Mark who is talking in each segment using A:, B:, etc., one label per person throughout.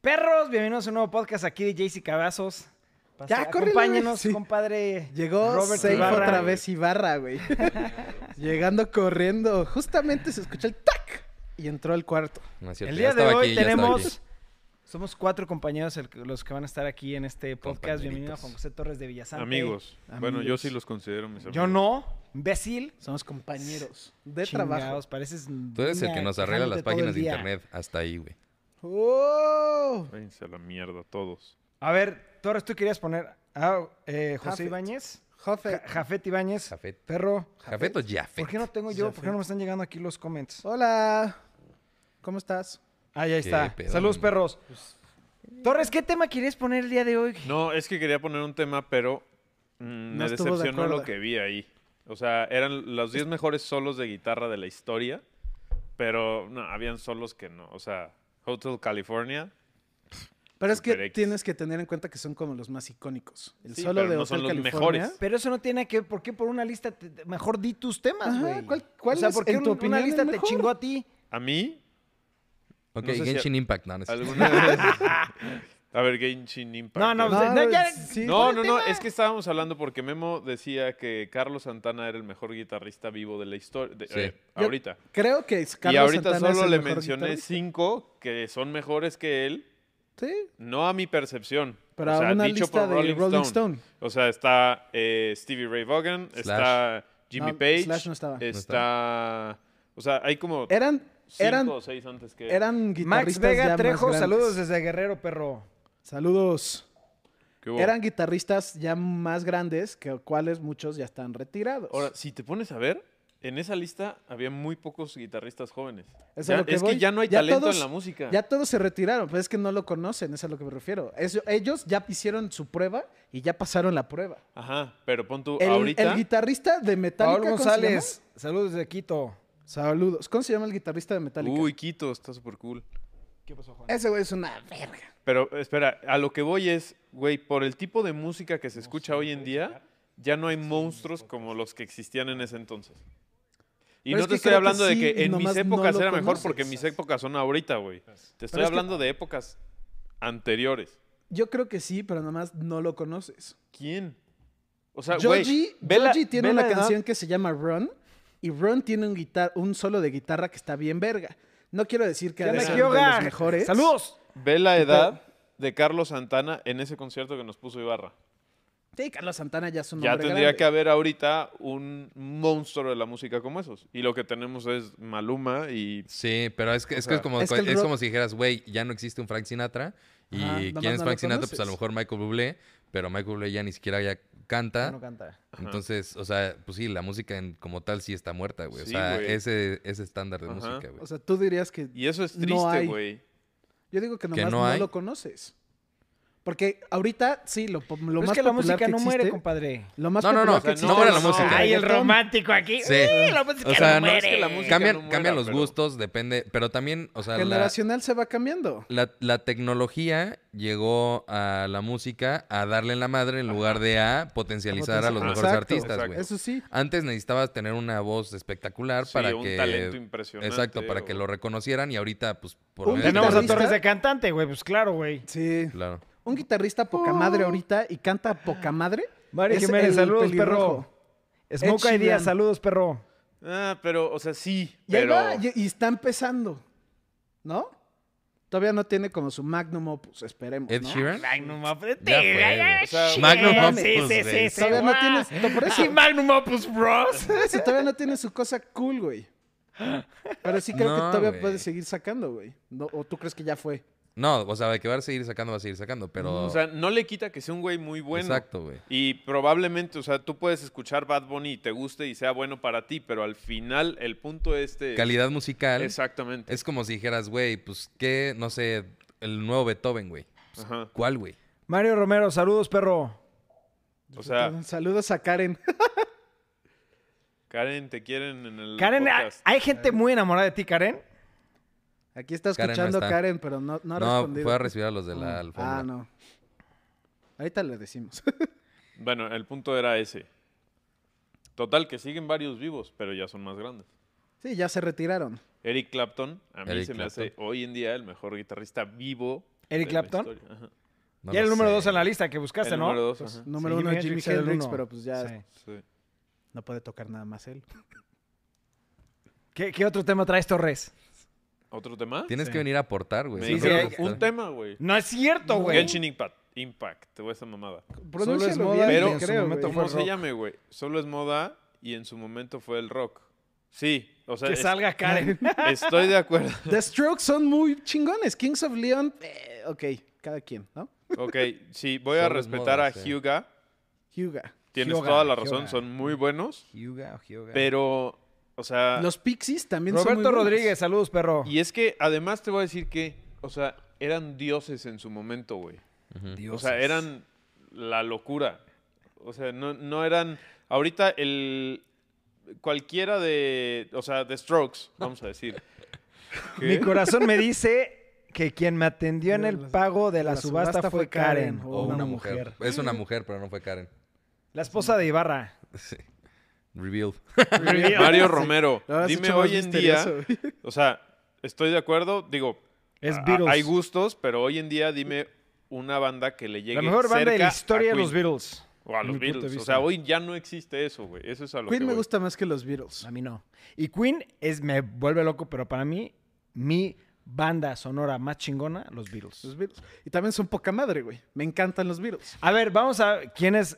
A: Perros, bienvenidos a un nuevo podcast aquí de JC Cavazos. Pase-
B: Ya, córrele,
A: Acompáñenos,
B: sí.
A: compadre.
B: Llegó
A: Robert
B: safe
A: Ibarra.
B: otra vez Ibarra, güey. Llegando corriendo. Justamente se escuchó el tac y entró al cuarto.
C: No es cierto,
A: El
C: ya
A: día de
C: estaba
A: hoy
C: aquí, ya estaba
A: tenemos... Somos cuatro compañeros el- los que van a estar aquí en este podcast.
C: Compañeritos.
A: Bienvenido a Juan José Torres de Villasante.
D: Amigos. Bueno, yo
B: Amigos.
D: sí los considero mis amigos.
A: Yo no, imbécil.
B: Somos compañeros de trabajo.
A: Chingados, pareces
C: aquí. Tú eres el
A: niña
C: que nos arregla
A: quejándote
C: las
A: todo el
C: páginas de
A: día.
C: internet. Hasta ahí, güey.
B: ¡Oh!
D: Váyanse a la mierda todos.
A: A ver, Torres, tú querías poner a eh, José
B: Jafet.
A: Ibáñez,
B: Jofe.
A: Ja- Jafet Ibáñez,
C: Jafet.
A: Perro.
C: ¿Jafet o Jafet?
A: ¿Por qué no tengo yo? ¿Por qué
B: Jafet.
A: no me están llegando aquí los comments?
B: Hola. ¿Cómo estás?
A: Ah, ya
C: Qué
A: está.
C: pedo,
A: Saludos,
C: man.
A: perros. Torres, ¿qué tema querías poner el día de hoy?
D: No, es que quería poner un tema, pero mm,
B: No
D: me
B: estuvo de
D: decepcionó
B: acuerdo.
D: lo que vi ahí. O sea, eran los 10 mejores solos de guitarra de la historia, pero no, habían solos que no. O sea, Hotel California.
B: Pero es
D: Super
B: que
D: X.
B: tienes que tener en cuenta que son como los más icónicos. El
D: Sí,
B: solo
D: pero
B: de
D: no
B: Hotel
D: son los
B: California.
D: mejores.
A: Pero eso no tiene que ¿Por qué por una lista? te- te- mejor di tus temas,
B: Ajá,
A: güey.
B: ¿cuál- cuál
A: o sea,
B: es,
A: ¿por qué
B: en
A: un-
B: tu
A: una
B: opinión, el
A: lista te
B: mejor?
A: chingó a ti?
D: A mí,
C: Ok,
D: No sé si
C: Genshin Impact. No, no es cierto.
D: alguna vez. A ver, Genshin Impact.
A: No, no,
D: güey.
A: pues,
B: No,
A: no, ya-
B: sí.
D: No, no, no, es que estábamos hablando porque Memo decía que Carlos Santana era el mejor guitarrista vivo de la historia.
B: Yo-
C: Sí.
D: ahorita.
B: Creo que es Carlos
D: y ahorita
B: Santana es
D: solo
B: el
D: le
B: mejor
D: mencioné
B: guitarrista.
D: cinco que son mejores que él,
B: Sí,
D: no a mi percepción.
B: pero
D: o sea,
B: a una
D: dicho
B: lista
D: por
B: de Rolling, Stone.
D: O sea, está eh, Stevie Ray Vaughan,
C: Slash.
D: está Jimmy
B: No,
D: Page,
B: Slash no estaba.
D: está... O sea, hay como
B: Eran,
D: cinco
B: eran,
D: o seis antes que...
B: eran guitarristas
A: Max
B: ya
A: Vega
B: más
A: Trejo,
B: grandes.
A: saludos desde Guerrero, perro.
B: Saludos.
D: ¿Qué hubo?
B: Eran guitarristas ya más grandes, que cuales muchos ya están retirados.
D: Ahora, si te pones a ver, en esa lista había muy pocos guitarristas jóvenes.
B: Eso
D: Ya-
B: es lo que
D: es
B: voy.
D: que ya no hay
B: Ya
D: talento
B: todos-
D: en la música.
B: ya todos se retiraron, pero es que no lo conocen, eso es a lo que me refiero. Eso- ellos ya hicieron su prueba y ya pasaron la prueba.
D: Ajá, pero pon tú,
B: El,
D: ahorita...
B: el guitarrista de Metallica.
A: Paul
B: ¿cómo se
A: González, saludos desde Quito.
B: llama? Saludos. ¿Cómo se llama el guitarrista de Metallica?
D: Uy, Quito, está súper cool.
A: ¿Qué pasó, Juan?
B: Ese güey es una verga.
D: Pero espera, a lo que voy es, güey, por el tipo de música que se escucha hoy en día, ya no hay monstruos como los que existían en ese entonces. Y
B: Pero es
D: no
B: que
D: te estoy
B: creo que
D: hablando
B: sí,
D: de que en mis
B: nomás no
D: épocas
B: lo
D: era mejor
B: conoces.
D: porque mis épocas son ahorita, güey. Te estoy
B: es que-
D: hablando de épocas anteriores.
B: Yo creo que sí, pero nomás no lo conoces.
D: ¿Quién? O sea, güey,
B: Georgie,
D: ve la-
B: Georgie tiene
D: ve la
B: una
D: edad-
B: canción que se llama Run y Run tiene un, guitar un solo de guitarra que está bien verga. No quiero decir que
A: Ya me
B: sea de
A: equivoqué.
B: los mejores.
A: Saludos.
D: Ve la edad de Carlos Santana en ese concierto que nos puso Ibarra.
B: Sí, Carlos Santana ya es un
D: Ya
B: hombre
D: tendría
B: grande.
D: que haber ahorita un monstruo de la música como esos. Y lo que tenemos es Maluma y
C: Sí, pero es que, es, que
D: sea,
C: es como,
B: es que el
C: es
B: rock-
C: como si dijeras, güey, ya no existe un Frank Sinatra. ¿Y
B: Ajá, nomás
C: quién es
B: no lo
C: Frank Sinatra? Pues a
B: conoces.
C: lo mejor Michael Bublé, pero Michael Bublé ya ni siquiera ya canta.
A: No canta.
D: Ajá.
C: Entonces, o sea, pues sí, la música en- como tal sí está muerta, güey. O
D: Sí,
C: sea,
D: güey.
C: ese, ese estándar de
D: Ajá.
C: música, güey.
B: O sea, tú dirías que...
D: Y eso es
B: No
D: triste,
B: hay.
D: güey.
B: Yo digo que nomás
C: no
B: no,
C: hay.
B: lo conoces. Porque ahorita, sí, lo, po- lo
A: Pero
B: más
A: es que la
B: popular
A: música
B: que
A: no muere,
B: existe-
A: compadre.
B: Lo más
C: No, no, no,
B: popular
C: o sea,
B: que
C: no
B: existe
C: muere
B: es
C: la música.
A: Ay, el
B: reggaetón.
A: romántico aquí.
C: Sí.
A: Uy, la música
C: O
A: no
C: sea, no,
A: muere.
C: es que
D: la música
C: Cambian,
D: no muera,
C: cambian los
D: pero-
C: gustos, depende. Pero también, o sea, la,
B: Generacional se va cambiando.
C: la- la tecnología llegó a la música a darle en la madre en lugar de a potencializar a los
B: Ajá.
C: mejores
B: Exacto,
C: artistas,
D: exacto.
C: güey.
B: Eso sí.
C: Antes necesitabas tener una voz espectacular
D: Sí,
C: para
D: un
C: que.
D: talento impresionante.
C: Exacto, para que
D: o-
C: lo reconocieran y ahorita, pues, por
B: Un
C: medio de
A: Tenemos a
C: internet-
B: guitarrista-
A: Torres de cantante, güey. Pues claro, güey.
B: Sí.
C: Claro.
B: Un guitarrista poca madre ahorita y canta poca madre.
A: Mario
B: es
A: Oh. Jiménez,
B: el
A: saludos,
B: pelirrojo.
A: perro. Smoke
B: Ed
A: Idea,
B: Sheeran.
A: saludos, perro.
D: Ah, pero, o sea, sí.
B: Y ahí
D: pero...
B: va, y, y está empezando. ¿No? Todavía no tiene como su magnum opus, esperemos.
C: Ed
B: ¿no?
C: Sheeran.
A: Magnum Opus.
C: Ya fue, güey.
D: O sea,
C: Sí, Magnum Opus.
A: Sí, sí, sí,
C: güey.
A: sí.
B: Todavía no
A: guau.
B: tienes. no, por eso,
A: Sí, Magnum Opus Bros.
B: eso, todavía no tiene su cosa cool, güey. Pero sí creo que
C: No,
B: todavía
C: güey.
B: puede seguir sacando, güey. No, ¿O tú crees que ya fue?
C: No, o sea, de que va a seguir sacando, va a seguir sacando, pero.
D: O sea, no le quita que sea un güey muy bueno.
C: Exacto, güey.
D: Y probablemente, o sea, tú puedes escuchar Bad Bunny y te guste y sea bueno para ti, pero al final el punto este... es-
C: Calidad musical.
D: Exactamente.
C: Es como si dijeras, güey, pues qué, no sé, el nuevo Beethoven, güey.
D: Ajá.
C: ¿Cuál, güey?
A: Mario Romero, saludos, perro.
D: O sea,
B: Saludos a Karen.
D: Karen, te quieren en el
A: Karen, hay
D: podcast. Eh.
A: hay gente muy enamorada de ti, Karen.
B: Aquí está
C: Karen no
B: escuchando
C: está.
B: Karen, pero no, no ha
C: No,
B: respondido.
C: fue a recibir a los de la alfombra.
B: Ah, no. Ahorita le decimos.
D: Bueno, el punto era ese. Total, que siguen varios vivos, pero ya son más grandes.
B: sí, ya se retiraron.
D: Eric Clapton, a mí
C: Eric
D: se me hace hoy en día el mejor guitarrista vivo
A: Eric
D: de la
A: Clapton.
D: historia, ajá.
C: No
A: ya
C: lo
A: el número
C: sé.
A: dos en la lista que buscaste,
D: El
A: ¿no?
D: número dos,
A: Pues,
D: ajá.
B: Número
A: Sí,
B: uno, Jimi Hendrix,
A: era el uno.
B: pero pues ya
A: Sí.
D: Sí.
B: no puede tocar nada más él.
A: ¿Qué, qué otro tema traes, Torres?
D: ¿Otro tema?
C: Tienes
B: Sí.
C: que venir a aportar, güey.
D: Me
A: Sí,
C: Siempre
A: sí,
D: dijeron
C: aportar.
A: hay-
D: un tema, güey.
A: No es cierto, güey.
D: Genshin Impact. Impact, o esa mamada.
B: Pronúncialo
A: moda
B: bien,
D: pero-
B: te
D: en
A: su
B: creo,
A: momento
B: güey.
A: fue
D: ¿Cómo se
A: rock.
D: llame, güey? Solo es moda y en su momento fue el rock. Sí, o sea,
A: Que
D: es-
A: salga Karen.
D: estoy de acuerdo.
B: The Strokes son muy chingones. Kings of Leon, eh, ok, cada quien, ¿no?
D: Ok, sí, voy a
C: Solo es
D: respetar
C: moda,
D: a
C: sí.
D: Hyuga.
B: Hyuga.
D: Tienes
A: Hyuga,
D: toda la razón,
A: Hyuga.
D: son muy buenos.
A: Hyuga o Hyuga.
D: Pero, o sea,
B: Los Pixies también son muy
A: Roberto
B: buenos.
A: Rodríguez, saludos, perro.
D: y es que además te voy a decir que, o sea, eran dioses en su momento, güey. O sea, eran la locura. O sea, no, no eran. Ahorita el. Cualquiera de. O sea, de Strokes, vamos a decir. ¿Qué?
A: Mi corazón me dice que quien me atendió en el pago de la,
B: la
A: subasta,
B: subasta
A: fue
B: fue
A: Karen. oh,
B: Karen.
A: o
C: O una, mujer. Es una mujer, pero no fue Karen.
A: La esposa de Ibarra.
C: Sí. Revealed.
D: Mario Romero.
B: Lo habrás
D: Dime
B: hecho más
D: hoy en día.
B: misterioso, güey.
D: O sea, estoy de acuerdo. Digo,
A: Es
D: a-
A: Beatles.
D: hay gustos, pero hoy en día dime una banda que le llegue.
A: la mejor banda de
D: cerca
A: la
D: a
A: historia de
D: Queen
A: los Beatles.
D: O a
A: en
D: los
A: mi punto de
D: Beatles. O
A: vista.
D: sea, hoy ya no existe eso, güey. Eso es a lo que.
B: Queen me
D: voy.
B: gusta más que los Beatles.
A: A mí no. Y Queen es, me vuelve loco, pero para mí, mi banda sonora más chingona, los Beatles.
B: Los Beatles. Y también son poca madre, güey. Me encantan los Beatles.
A: A ver, vamos a quién es.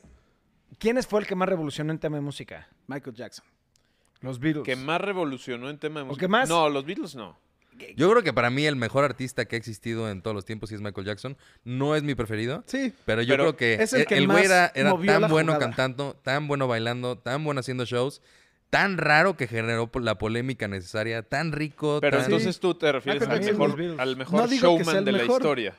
A: ¿Quiénes fue el que más revolucionó en tema de música?
B: Michael Jackson.
A: Los Beatles.
D: Que más revolucionó en tema de música.
A: que más-
D: No, los Beatles no.
C: Yo creo que para mí el mejor artista que ha existido en todos los tiempos sí es Michael Jackson. No es mi preferido.
B: Sí.
C: Pero yo
D: Pero
C: creo que
B: es el
C: el,
B: que
C: el güey
B: más
C: era, era
B: movió
C: tan
B: la
C: bueno
B: jugada.
C: cantando, tan bueno bailando, tan bueno haciendo shows, tan raro que generó po- la polémica necesaria, tan rico.
D: Pero
C: tan-
D: entonces tú te refieres
B: pero
D: al,
B: también
A: los
D: mejor,
A: Beatles.
D: al mejor
B: No digo que sea
D: showman
B: el
D: de la
B: mejor.
D: historia.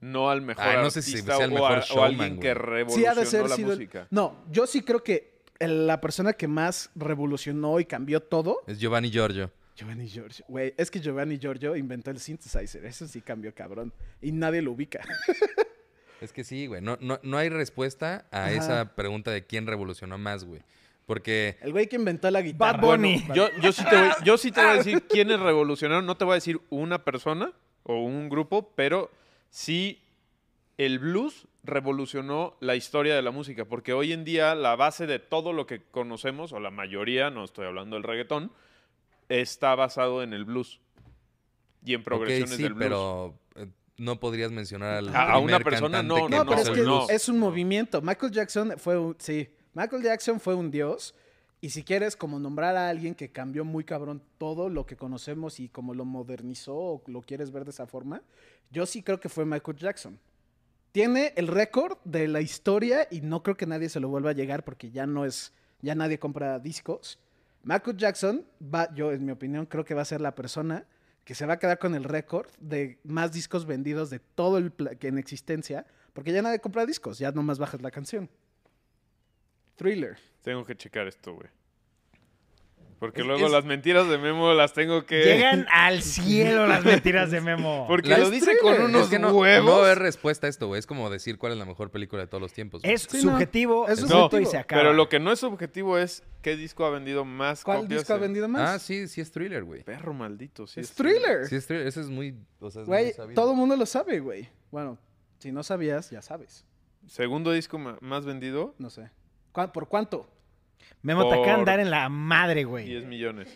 D: No al mejor
C: Ah, no sé
D: artista
C: si sea el
D: o,
C: mejor
D: a- o
C: showman,
D: alguien que revolucionó
B: Sí ha de ser
D: la
B: sido el-
D: música.
B: No, yo sí creo que el- la persona que más revolucionó y cambió todo.
C: es Giovanni Giorgio.
B: Giovanni Giorgio. Güey, es que Giovanni Giorgio inventó el synthesizer. Eso sí cambió, cabrón. Y nadie lo ubica.
C: Es que sí, güey. No, no, no hay respuesta a
B: Ajá.
C: esa pregunta de quién revolucionó más, güey. Porque
B: El güey que inventó la guitarra.
A: Bunny.
B: Bueno,
D: Yo, yo sí te voy, yo sí te voy a decir quiénes revolucionaron. No te voy a decir una persona o un grupo, pero sí el blues revolucionó la historia de la música. Porque hoy en día la base de todo lo que conocemos, o la mayoría, no estoy hablando del reggaetón, está basado en el blues. Y en
C: Ok,
D: progresiones
C: sí,
D: del blues.
C: pero eh, no podrías mencionar al
D: A- a una
C: primer
D: persona,
C: cantante
D: no,
C: que
B: No,
D: no,
B: pero es
C: hizo
D: no,
B: que
C: el blues.
B: es un movimiento. Michael Jackson fue un... Sí, Michael Jackson fue un dios. Y si quieres como nombrar a alguien que cambió muy cabrón todo lo que conocemos y como lo modernizó o lo quieres ver de esa forma, yo sí creo que fue Michael Jackson. Tiene el récord de la historia y no creo que nadie se lo vuelva a llegar porque ya no es, ya nadie compra discos. Michael Jackson va, yo en mi opinión creo que va a ser la persona que se va a quedar con el récord de más discos vendidos de todo el pla- que en existencia, porque ya nadie compra discos, ya nomás bajas la canción. Thriller.
D: Tengo que checar esto, güey. Porque luego las mentiras de Memo las tengo que.
A: Llegan al cielo las mentiras de Memo.
D: Porque
C: La-
D: lo
C: es
D: dice
B: thriller.
D: con
C: Es
D: unos
C: que no,
D: huevos.
C: no es respuesta a esto, güey. Es como decir cuál es la mejor película de todos los tiempos. güey.
A: es
B: Sí, no,
A: subjetivo,
B: es
A: es
D: No,
A: y se acaba.
D: pero lo que no es objetivo es qué disco ha vendido más
B: ¿Cuál
D: copias
B: disco ha
D: en-
B: vendido más?
C: Ah, sí, sí es thriller, güey.
D: Perro maldito, sí.
B: es, Thriller.
C: Sí es thriller. Eso es muy. O sea, es muy
B: Güey,
C: sabido.
B: todo el mundo lo sabe, güey. Bueno, si no sabías, ya sabes.
D: Segundo disco ma- más vendido,
B: No sé. ¿Cuá- ¿Por cuánto?
A: Memo te
D: Por-
A: acaban de dar en la madre, güey.
D: 10 millones.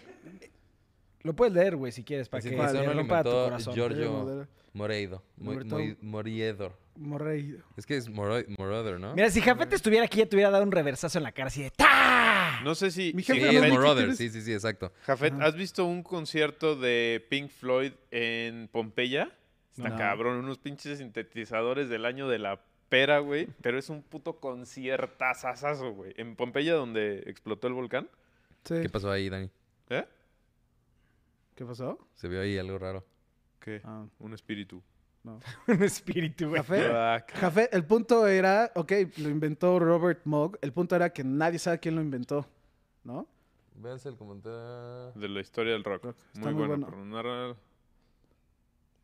A: Lo puedes leer, güey, si quieres, para
C: Así
A: que
C: que eso
A: le
C: no lo
A: rompa tu
C: inventó
A: corazón.
C: Giorgio Moreido. Mo-
B: Roberto-
C: Moi- Moriedor.
B: Morrey.
C: Es que es Moroi- Moroder, ¿no?
A: Mira, si Jafet estuviera aquí, ya te hubiera dado un reversazo en la cara así de ¡Ta!
D: No sé si.
B: Mi
D: si
C: Sí,
B: jefe
C: es
D: Jafet-
B: Moroder.
C: Moroder.
B: ¿Quieres?
C: Sí, sí, sí, exacto.
D: Jafet, ¿has visto un concierto de Pink Floyd en Pompeya? Está
A: No.
D: cabrón, unos pinches sintetizadores del año de la pera, güey. Pero es un puto conciertazazazo, güey. En Pompeya, donde explotó el volcán.
B: Sí.
C: ¿Qué pasó ahí, Dani?
D: ¿Eh?
B: ¿Qué pasó?
C: Se vio ahí algo raro.
D: ¿Qué?
B: Ah,
D: Un espíritu.
B: no.
A: Un espíritu, güey.
B: Jafet, Jafet, el punto era, ok, lo inventó Robert Mogg, el punto era que nadie sabe quién lo inventó, ¿no?
C: Véanse el comentario.
D: De la historia del rock.
B: Rock. Está
D: Muy,
B: muy bueno.
D: bueno. pero no era-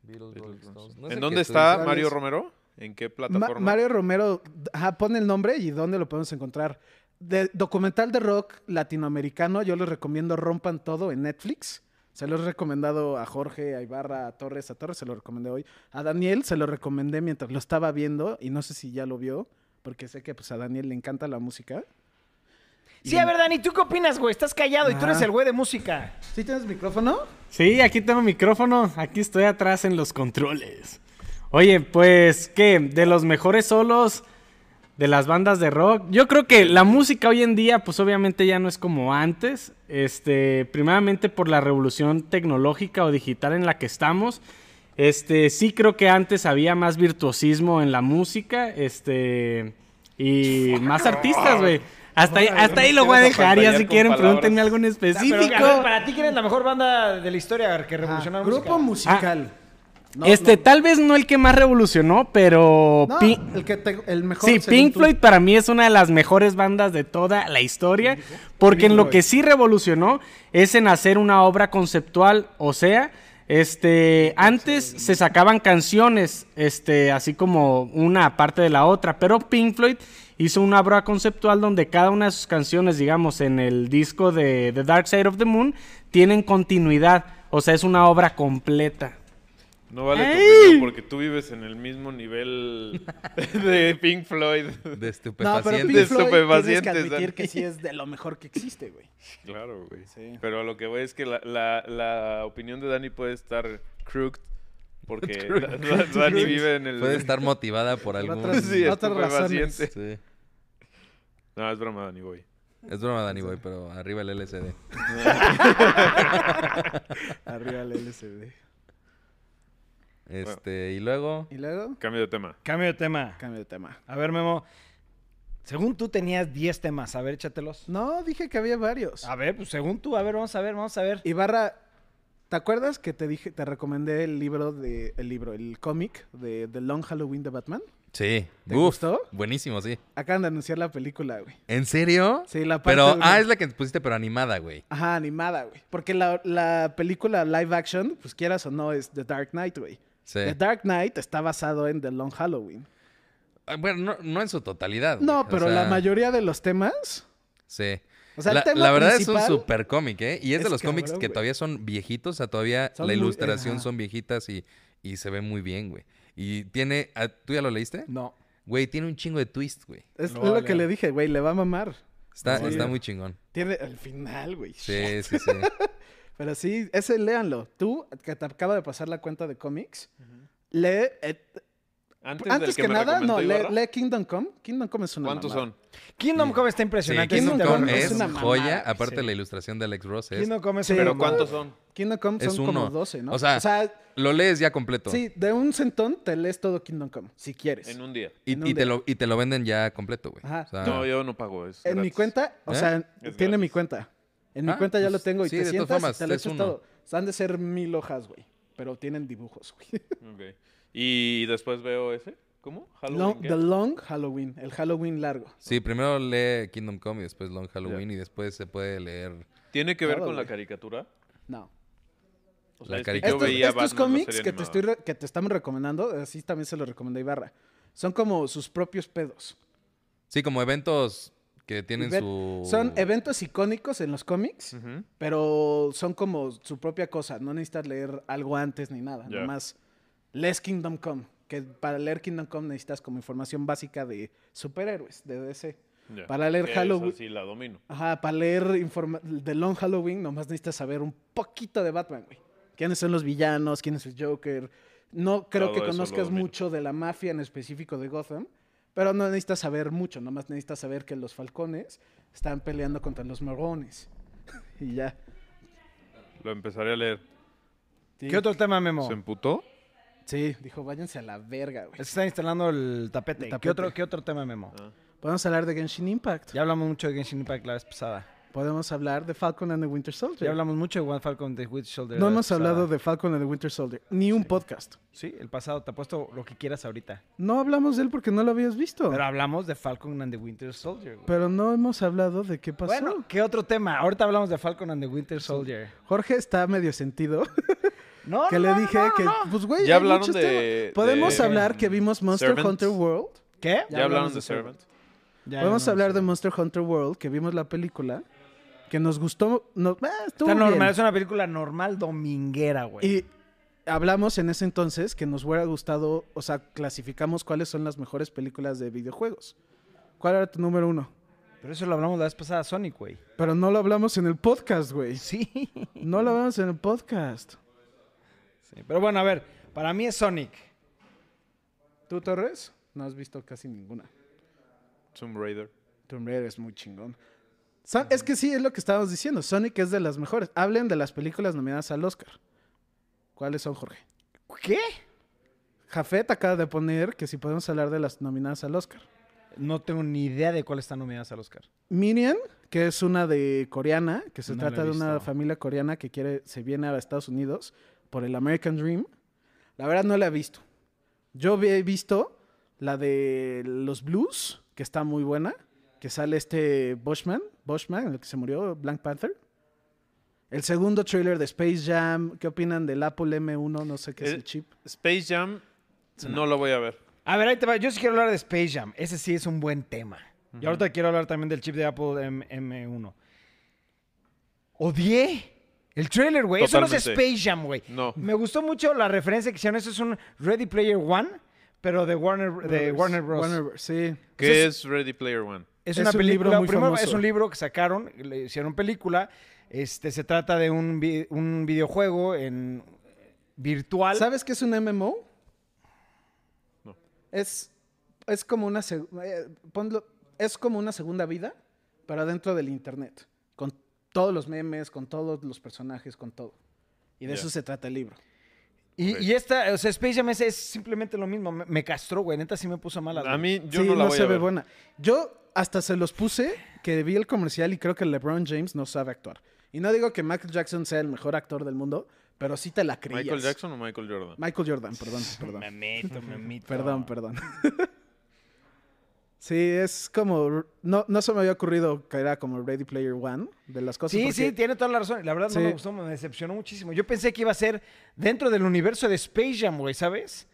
C: Beatles, Rolling Stones. No sé
D: ¿En
C: qué
D: dónde
C: tú
D: está
B: dices.
D: Mario Romero? ¿En qué
B: Ma-
D: plataforma?
B: Mario Romero, ajá, pon el nombre y dónde lo podemos encontrar. De- documental de rock latinoamericano, yo les recomiendo Rompan Todo en Netflix. Se lo he recomendado a Jorge, a Ibarra, a Torres, a Torres se lo recomendé hoy. A Daniel se lo recomendé mientras lo estaba viendo y no sé si ya lo vio, porque sé que pues a Daniel le encanta la música.
A: Sí, a ver, Dani, ¿tú qué opinas, güey? Estás callado y tú
E: Ajá.
A: eres el güey de música.
B: ¿Sí tienes micrófono?
E: Sí, aquí tengo micrófono. Aquí estoy atrás en los controles. Oye, pues, ¿qué? De los mejores solos de las bandas de rock. Yo creo que la música hoy en día, pues obviamente ya no es como antes. Este, primeramente por la revolución tecnológica o digital en la que estamos. Este, sí creo que antes había más virtuosismo en la música. Este, y más artistas, güey. Hasta, ahí- hasta ahí lo voy a
D: Vamos a
E: dejar. Ya
D: pantallar
E: si
D: con
E: quieren,
D: palabras.
E: pregúntenme algo en específico.
A: Pero, a ver, para ti, ¿quién es la mejor banda de la historia que revolucionó la
B: Ah, grupo
A: música?
B: musical. No,
E: este,
B: no,
E: tal vez no el que más revolucionó, pero...
B: no,
E: Pi-
B: el que te- el mejor
E: sí,
B: según
E: Pink
B: tú.
E: Floyd para mí es una de las mejores bandas de toda la historia, porque en lo que sí revolucionó es en hacer una obra conceptual, o sea, este, antes se sacaban canciones, este, así como una aparte de la otra, pero Pink Floyd hizo una obra conceptual donde cada una de sus canciones, digamos, en el disco de The Dark Side of the Moon, tienen continuidad, o sea, es una obra completa.
D: No vale tu
E: ¡Ey!
D: opinión porque tú vives en el mismo nivel de Pink Floyd.
C: De
B: No,
C: estupefacientes.
B: pero Pink Floyd
D: De
B: tienes que
D: estupefacientes,
B: admitir
D: Dani.
B: que sí es de lo mejor que existe, güey.
D: Claro, güey.
B: Sí.
D: Pero a lo que voy es que la, la- la opinión de Dani puede estar crooked porque Da- Da- Dani vive en el...
C: Puede estar motivada por algún...
B: otras-
D: Sí,
C: Sí.
B: otras razones.
D: estupefaciente. No, es broma, Dani, güey.
C: Es broma, Dani, güey, pero arriba el LCD.
B: Arriba el LCD.
C: Este, y luego...
B: ¿Y luego?
D: Cambio de tema.
A: Cambio de tema.
B: Cambio de tema.
A: A ver, Memo. Según tú tenías 10 temas. A ver, échatelos.
B: No, dije que había varios.
C: Ah.
A: A ver, pues según tú. A ver, vamos a ver, vamos a ver.
B: Ibarra, ¿te acuerdas que te dije, te recomendé el libro de, el libro, el cómic de The Long Halloween de Batman?
C: Sí.
B: ¿Te
C: Uf,
B: gustó?
C: Buenísimo, sí.
B: Acaban de anunciar la película, güey.
C: ¿En serio?
B: Sí, la parte
C: Pero,
B: de-
C: ah, es la que pusiste, pero animada, güey.
B: Ajá, animada, güey. Porque la, la película live action, pues quieras o no, es The Dark Knight, güey.
C: Sí.
B: The Dark Knight está basado en The Long Halloween.
C: Ah, Bueno, no, no en su totalidad. güey.
B: No,
C: O
B: pero
C: sea,
B: la mayoría de los temas.
C: Sí.
B: O sea, el
C: la,
B: tema
C: la verdad es
B: principal-
C: un super cómic, ¿eh? Y es, de
B: es
C: los cómics
B: cabrón,
C: que
B: güey.
C: todavía son viejitos, o sea, todavía
B: Son
C: la
B: muy-
C: ilustración
B: ajá.
C: son viejitas y, y se ve muy bien, güey. Y tiene... ah, ¿Tú ya lo leíste?
A: No.
C: Güey, tiene un chingo de twist, güey.
B: Es
A: Lo
B: es
A: voy a
B: lo que
A: leer.
B: le dije, güey, le va a mamar.
C: Está,
B: Sí.
C: está muy chingón.
B: Tiene el final, güey.
C: Sí, sí, sí.
B: Pero sí, ese léanlo. Tú, que te acaba de pasar la cuenta de cómics, lee. eh,
D: Antes,
B: antes
D: del que,
B: que,
D: me
B: nada,
D: recomendó
B: no, lee,
D: Ibarra,
B: lee Kingdom Come. Kingdom Come es una.
D: ¿Cuántos
B: mamada.
D: son?
A: Kingdom Come está
C: Sí,
A: impresionante.
C: Kingdom
B: Kingdom
C: Come
B: Come
C: es
B: es una
C: joya.
B: mamada,
C: Aparte,
A: sí.
C: la ilustración de Alex Ross es...
A: Kingdom Come es
B: Sí,
A: una
D: ¿Pero
A: mamada.
D: cuántos son?
B: Kingdom Come son
C: Es uno.
B: como 12, ¿no?
C: O sea,
B: o sea
C: Lo lees ya completo.
B: sí, de un centón te lees todo Kingdom Come, si quieres.
D: En un día.
C: Y,
B: en
C: y
B: un día.
C: te lo, y te lo venden ya completo, güey.
B: Ajá.
C: O sea,
D: No, yo no pago eso.
B: Ah. En mi cuenta, o
C: ¿Eh?
B: sea,
D: Es
B: tiene mi
D: gratis.
B: cuenta. En mi
C: Ah,
B: cuenta ya lo
C: pues,
B: tengo y
C: sí,
B: te
C: de todas
B: sientas
C: formas,
B: y te lo
C: es
B: echas
C: uno.
B: todo. O sea, han de ser mil hojas, güey. Pero tienen dibujos, güey.
D: Ok. Y después veo ese. ¿Cómo?
B: Long-
D: Halloween. ¿qué?
B: the Long Halloween, el Halloween largo.
C: Sí, primero lee Kingdom Come y después Long Halloween y después se puede leer...
D: ¿Tiene que ver
B: Todo,
D: con la
B: güey.
D: caricatura?
B: No.
D: O
C: La
D: es que
C: caricatura.
D: yo
B: Estos,
D: veía
B: estos
D: Batman, la
B: cómics
D: serie
B: que te,
D: animada.
B: estoy re- que te estamos recomendando, así también se los recomendé a Ibarra, son como sus propios pedos.
C: Sí, como eventos que tienen
B: Ve-
C: su...
B: Son eventos icónicos en los cómics,
D: Ujú.
B: pero son como su propia cosa. No necesitas leer algo antes ni nada.
D: Ya.
B: Nomás lees Kingdom Come, que para leer Kingdom Come necesitas como información básica de superhéroes, de DC.
D: Ya.
B: Para leer
D: Esa
B: Halloween-
D: sí la domino.
B: Ajá, para leer informa- The Long Halloween, nomás necesitas saber un poquito de Batman, güey. ¿Quiénes son los villanos? ¿Quién es el Joker? No creo
D: Todo
B: que
D: eso lo
B: conozcas
D: domino.
B: mucho de la mafia en específico de Gotham, pero no necesitas saber mucho, nomás necesitas saber que los falcones están peleando contra los marrones. y ya.
D: Lo empezaré a leer.
B: Sí.
A: ¿Qué otro tema, Memo?
D: ¿Se emputó?
B: Sí, dijo, váyanse a la verga, güey.
A: Se está instalando el tapete.
B: El
A: ¿Qué,
B: tapete.
A: otro, ¿Qué otro tema, Memo?
D: Ah.
B: Podemos hablar de Genshin Impact.
A: Ya hablamos mucho de Genshin Impact la vez pasada.
B: Podemos hablar de Falcon and the Winter Soldier.
A: Ya hablamos mucho de One Falcon de Witch Shoulder.
B: no
A: la vez
B: hemos
A: pasada.
B: hablado de Falcon and the Winter Soldier, ni un podcast.
A: Sí, el pasado. Te apuesto lo que quieras ahorita.
B: No hablamos de él porque no lo habías visto.
A: Pero hablamos de Falcon and the Winter Soldier. güey.
B: Pero no hemos hablado de qué pasó.
A: Bueno, ¿qué otro tema? Ahorita hablamos de Falcon and the Winter Soldier.
B: Jorge está medio sentido.
A: No,
B: que
A: no,
B: le
A: no,
B: dije
A: no,
B: que,
A: no.
B: pues, güey,
D: Ya
B: hay
D: hablaron
B: muchos
D: de-
B: temas.
D: de,
B: Podemos
D: mm,
B: hablar que vimos Monster
D: Servant.
B: Hunter World.
A: ¿Qué?
D: Ya, hablaron de Servant.
A: Ya
B: Podemos
A: hablamos
B: hablar de Monster Hunter World, que vimos la película. que nos gustó. no- ah, estuvo
A: Está
B: bien.
A: normal, es una película normal dominguera, güey.
B: Y hablamos en ese entonces que nos hubiera gustado, o sea, clasificamos cuáles son las mejores películas de videojuegos. ¿Cuál era tu número uno?
A: Pero eso lo hablamos la vez pasada, Sonic, güey.
B: Pero no lo hablamos en el podcast, güey.
A: Sí.
B: No lo hablamos en el podcast.
A: Sí, Pero bueno, a ver, para mí es Sonic.
B: ¿Tú, Torres? No has visto casi ninguna.
D: Tomb Raider.
B: Tomb Raider es muy chingón. Son- es que sí, es lo que estábamos diciendo. Sonic es de las mejores. Hablen de las películas nominadas al Oscar. ¿Cuáles son, Jorge?
A: ¿Qué?
B: Jafet acaba de poner que si podemos hablar de las nominadas al Oscar.
A: No tengo ni idea de cuál están nominadas al Oscar.
B: Minion, que es una de coreana, que se
A: No la he
B: trata de una
A: visto.
B: familia coreana que quiere, se viene a Estados Unidos por el American Dream. La verdad no la he visto. Yo vi- he visto la de los blues, que está muy buena, que sale este Bushman, Bushman, el que se murió, Black Panther. El segundo trailer de Space Jam, ¿qué opinan del Apple M1? No sé qué es
D: Eh,
B: el chip.
D: Space Jam, no lo voy a ver.
A: A ver, ahí te va. Yo sí quiero hablar de Space Jam. Ese sí es un buen tema. Y ahorita quiero hablar también del chip de Apple M 1 Odié el trailer, güey. Eso no es
D: Totalmente.
A: Space Jam, güey.
D: No.
A: Me gustó mucho la referencia que hicieron. Eso es un Ready Player One, pero de Warner, de Warner Bros.
B: Warner sí.
D: ¿Qué es Ready Player One?
A: Es,
B: Es
A: una
B: un
A: película,
B: libro muy
A: primero,
B: famoso.
A: es un libro que sacaron, le hicieron película. Este, se trata de un, vi- un videojuego en virtual.
B: ¿Sabes qué es un MMO?
D: No.
B: Es, es como una seg- eh, ponlo- es como una segunda vida, pero dentro del internet. Con todos los memes, con todos los personajes, con todo. Y de
D: Ya.
B: eso se trata el libro.
A: Y,
D: Ok.
A: y esta, o sea, Space Jam es, es simplemente lo mismo. Me, me castró, güey. Neta sí me puso mala.
D: A
A: güey.
D: mí, yo
B: sí,
D: no
B: no,
D: la voy
B: se
D: a
B: ve
D: ver.
B: buena. Yo hasta se los puse que vi el comercial y creo que LeBron James no sabe actuar. Y no digo que Michael Jackson sea el mejor actor del mundo, pero sí te la creías.
D: ¿Michael Jackson o Michael Jordan?
B: Michael Jordan, perdón, perdón.
A: Memito, memito.
B: Perdón, perdón. sí, es como. No, no se me había ocurrido que era como Ready Player One de las cosas.
A: Sí,
B: porque-
A: sí, tiene toda la razón. La verdad no
B: Sí.
A: me gustó, me decepcionó muchísimo. Yo pensé que iba a ser dentro del universo de Space Jam, güey, ¿sabes?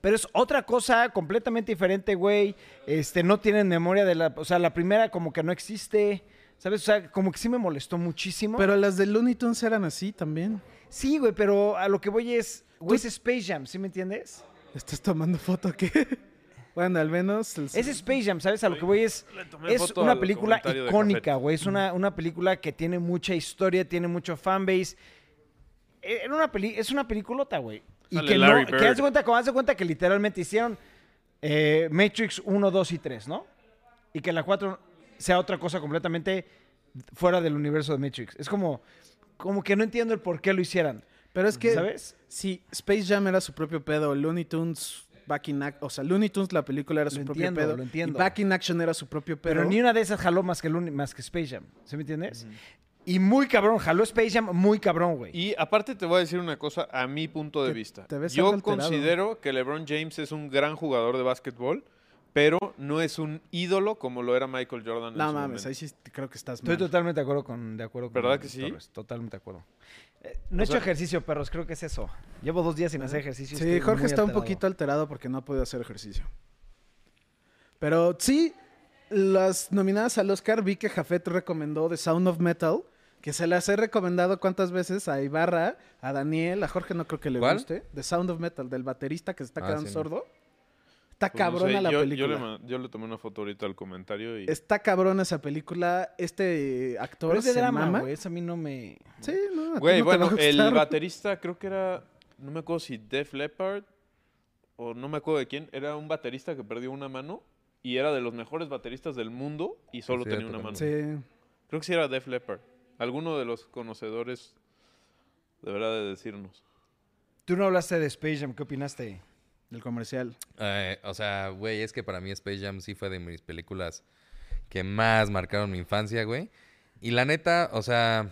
A: Pero es otra cosa completamente diferente, güey. Este, no tienen memoria de la... O sea, la primera como que no existe, ¿sabes? O sea, como que sí me molestó muchísimo.
B: Pero las de Looney Tunes eran así también.
A: sí, güey, pero a lo que voy es... Güey, es Space Jam, ¿sí me entiendes?
B: ¿Estás tomando foto qué? bueno, al menos. el-
A: Es Space Jam, ¿sabes? A lo que voy es.
D: Le tomé
A: Es
D: foto
A: una
D: al
A: película
D: comentario de
A: icónica,
D: Jafet.
A: güey. Es una, una película que tiene mucha historia, tiene mucho fanbase. E- Era una peli es una peliculota, güey. Y
D: Sale
A: que
D: Larry
A: no. Que
D: Bird.
A: haz de cuenta, como haz de cuenta que literalmente hicieron eh, Matrix 1, 2 y 3, ¿no? Y que la 4 sea otra cosa completamente fuera del universo de Matrix. Es como. Como que no entiendo el por qué lo hicieran.
B: Pero es que.
A: ¿Sabes?
B: Sí, Space Jam era su propio pedo. Looney Tunes. Back in Action. O sea, Looney Tunes, la película era su
A: Lo
B: propio
A: entiendo,
B: pedo.
A: lo entiendo.
B: Y Back in Action era su propio pedo.
A: Pero ni una de esas jaló más que, el uni- más que Space Jam. ¿Sí me entiendes? Y muy cabrón, jaló Space Jam muy cabrón, güey.
D: Y aparte te voy a decir una cosa a mi punto de
B: Te-
D: vista.
B: te ves
D: Yo
B: algo alterado.
D: considero que LeBron James es un gran jugador de básquetbol, pero no es un ídolo como lo era Michael Jordan. en
B: No
D: su
B: mames,
D: momento.
B: ahí sí creo que estás
A: Estoy
B: mal.
A: totalmente de acuerdo con, de acuerdo con
D: ¿Verdad que sí?
A: Torres, totalmente de acuerdo. Eh, no he hecho ejercicio, perros, creo que es eso. Llevo dos días sin hacer ejercicio. y
B: Sí,
A: estoy
B: Jorge
A: muy
B: está un
A: alterado.
B: poquito alterado porque no ha podido hacer ejercicio. Pero sí, las nominadas al Oscar vi que Jafet recomendó The Sound of Metal, que se las he recomendado cuántas veces a Ibarra, a Daniel, a Jorge no creo que le
C: ¿Cuál?
B: guste. The Sound of Metal, del baterista que se está
C: Ah,
B: quedando
C: sí, no.
B: sordo. Está
D: Pues no
B: cabrona
D: sé,
B: la
D: yo,
B: película.
D: Yo le, ma- yo le tomé una foto ahorita al comentario y
B: Está cabrona esa película. Este actor
A: Pero es de
B: se
A: drama,
B: mama.
A: güey. Eso a mí no me.
B: Sí, no, a ti
D: Güey,
B: no te va a
D: bueno, el
B: gustar.
D: baterista creo que era, no me acuerdo si Def Leppard o no me acuerdo de quién, era un baterista que perdió una mano y era de los mejores bateristas del mundo y solo
C: Sí,
D: tenía una mano.
B: Sí.
D: Creo que sí era Def Leppard. Alguno de los conocedores deberá de decirnos.
A: Tú no hablaste de Space Jam, ¿qué opinaste?
B: Del comercial.
C: Eh, o sea, güey, es que para mí Space Jam sí fue de mis películas que más marcaron mi infancia, güey. Y la neta, o sea,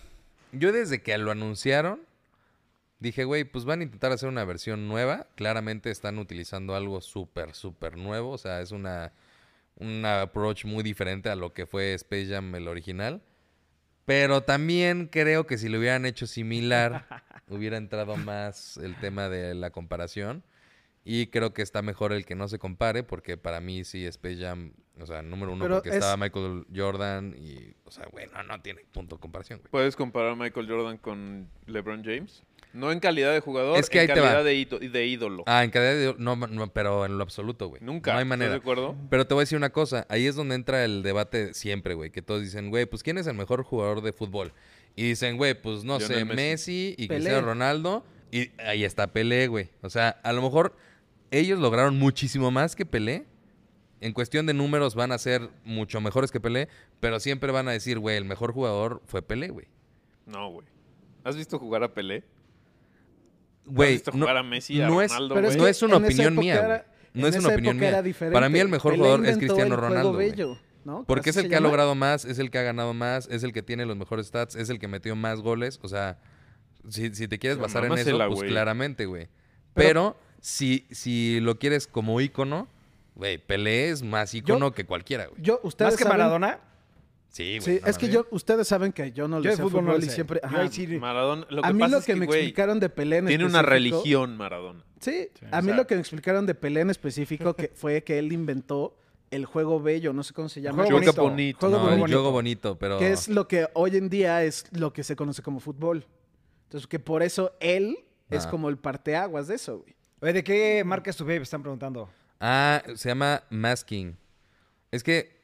C: yo desde que lo anunciaron, dije, güey, pues van a intentar hacer una versión nueva. Claramente están utilizando algo súper, súper nuevo. O sea, es una, un approach muy diferente a lo que fue Space Jam el original. Pero también creo que si lo hubieran hecho similar, hubiera entrado más el tema de la comparación. Y creo que está mejor el que no se compare, porque para mí sí Space Jam O sea, número uno,
B: Pero
C: porque
B: es-
C: estaba Michael Jordan y, o sea, güey, no, no tiene punto de comparación, güey.
D: ¿Puedes comparar a Michael Jordan con LeBron James? No en calidad de jugador,
C: Es que
D: en
C: ahí te
D: calidad
C: va.
D: De, ído- de ídolo.
C: Ah, en cadena de... No, no, pero en lo absoluto, güey.
D: Nunca.
C: No hay
D: ¿estás
C: manera.
D: de acuerdo?
C: Pero te voy a decir una cosa, ahí es donde entra el debate siempre, güey, que todos dicen, güey, pues ¿quién es el mejor jugador de fútbol? Y dicen, güey, pues no
D: Lionel
C: sé,
D: Messi.
C: Messi, y
B: Pelé.
C: Cristiano Ronaldo, y ahí está Pelé, güey. O sea, a lo mejor ellos lograron muchísimo más que Pelé. En cuestión de números van a ser mucho mejores que Pelé, pero siempre van a decir, güey, el mejor jugador fue Pelé, güey.
D: No, güey. ¿Has visto jugar a Pelé? ¿Has
C: Güey,
D: visto
C: no,
D: jugar a Messi, a
C: no es-
D: Ronaldo,
B: Pero
D: güey?
C: no es una
B: en esa
C: opinión
B: época
C: mía,
B: era-
C: güey. No
B: en
C: es
B: esa
C: una
B: época
C: opinión
B: era
C: mía.
B: diferente.
C: Para mí el mejor
B: Pelé
C: jugador es
B: inventó
C: Cristiano
B: el juego
C: Ronaldo. güey.
B: bello, ¿no?
C: Porque es
B: ¿Así
C: el
B: se
C: que ha
B: llama?
C: logrado más, es el que ha ganado más, es el que tiene los mejores stats, es el que metió más goles. O sea, si, si te quieres
D: La
C: basar en eso,
D: mamársela,
C: pues
D: güey.
C: claramente, güey. Pero, si, si lo quieres como ícono, güey, Pelé es más ícono que cualquiera, güey.
B: Yo, ustedes
A: Más que
B: saben-
A: Maradona,
C: Sí,
B: Sí,
C: güey. no
B: es que
C: mames.
B: yo, ustedes saben que yo no
A: yo
B: le
A: de
B: sé
A: fútbol no le
B: y
A: sé.
B: siempre.
A: Yo
B: ajá.
A: ahí sí-
D: Maradona, lo que
B: a mí
D: pasa
B: lo
D: es
B: que, me
D: güey,
B: explicaron de Pelé en
D: tiene una
B: específico-
D: religión Maradona.
B: Sí,
D: o
B: a mí
D: sea-
B: lo que me explicaron de Pelé en específico que fue que él inventó el juego bello, no sé cómo se llama.
A: juego
B: Juego
A: bonito.
D: bonito.
B: Juego
C: No, el
B: bonito.
C: juego bonito, pero...
B: Que es lo que hoy en día es lo que se conoce como fútbol. Entonces, que por eso él es
C: Ah.
B: como el parteaguas de eso, güey.
A: Oye, ¿de qué marca es tu babe? Están preguntando.
C: Ah, se llama Masking. Es que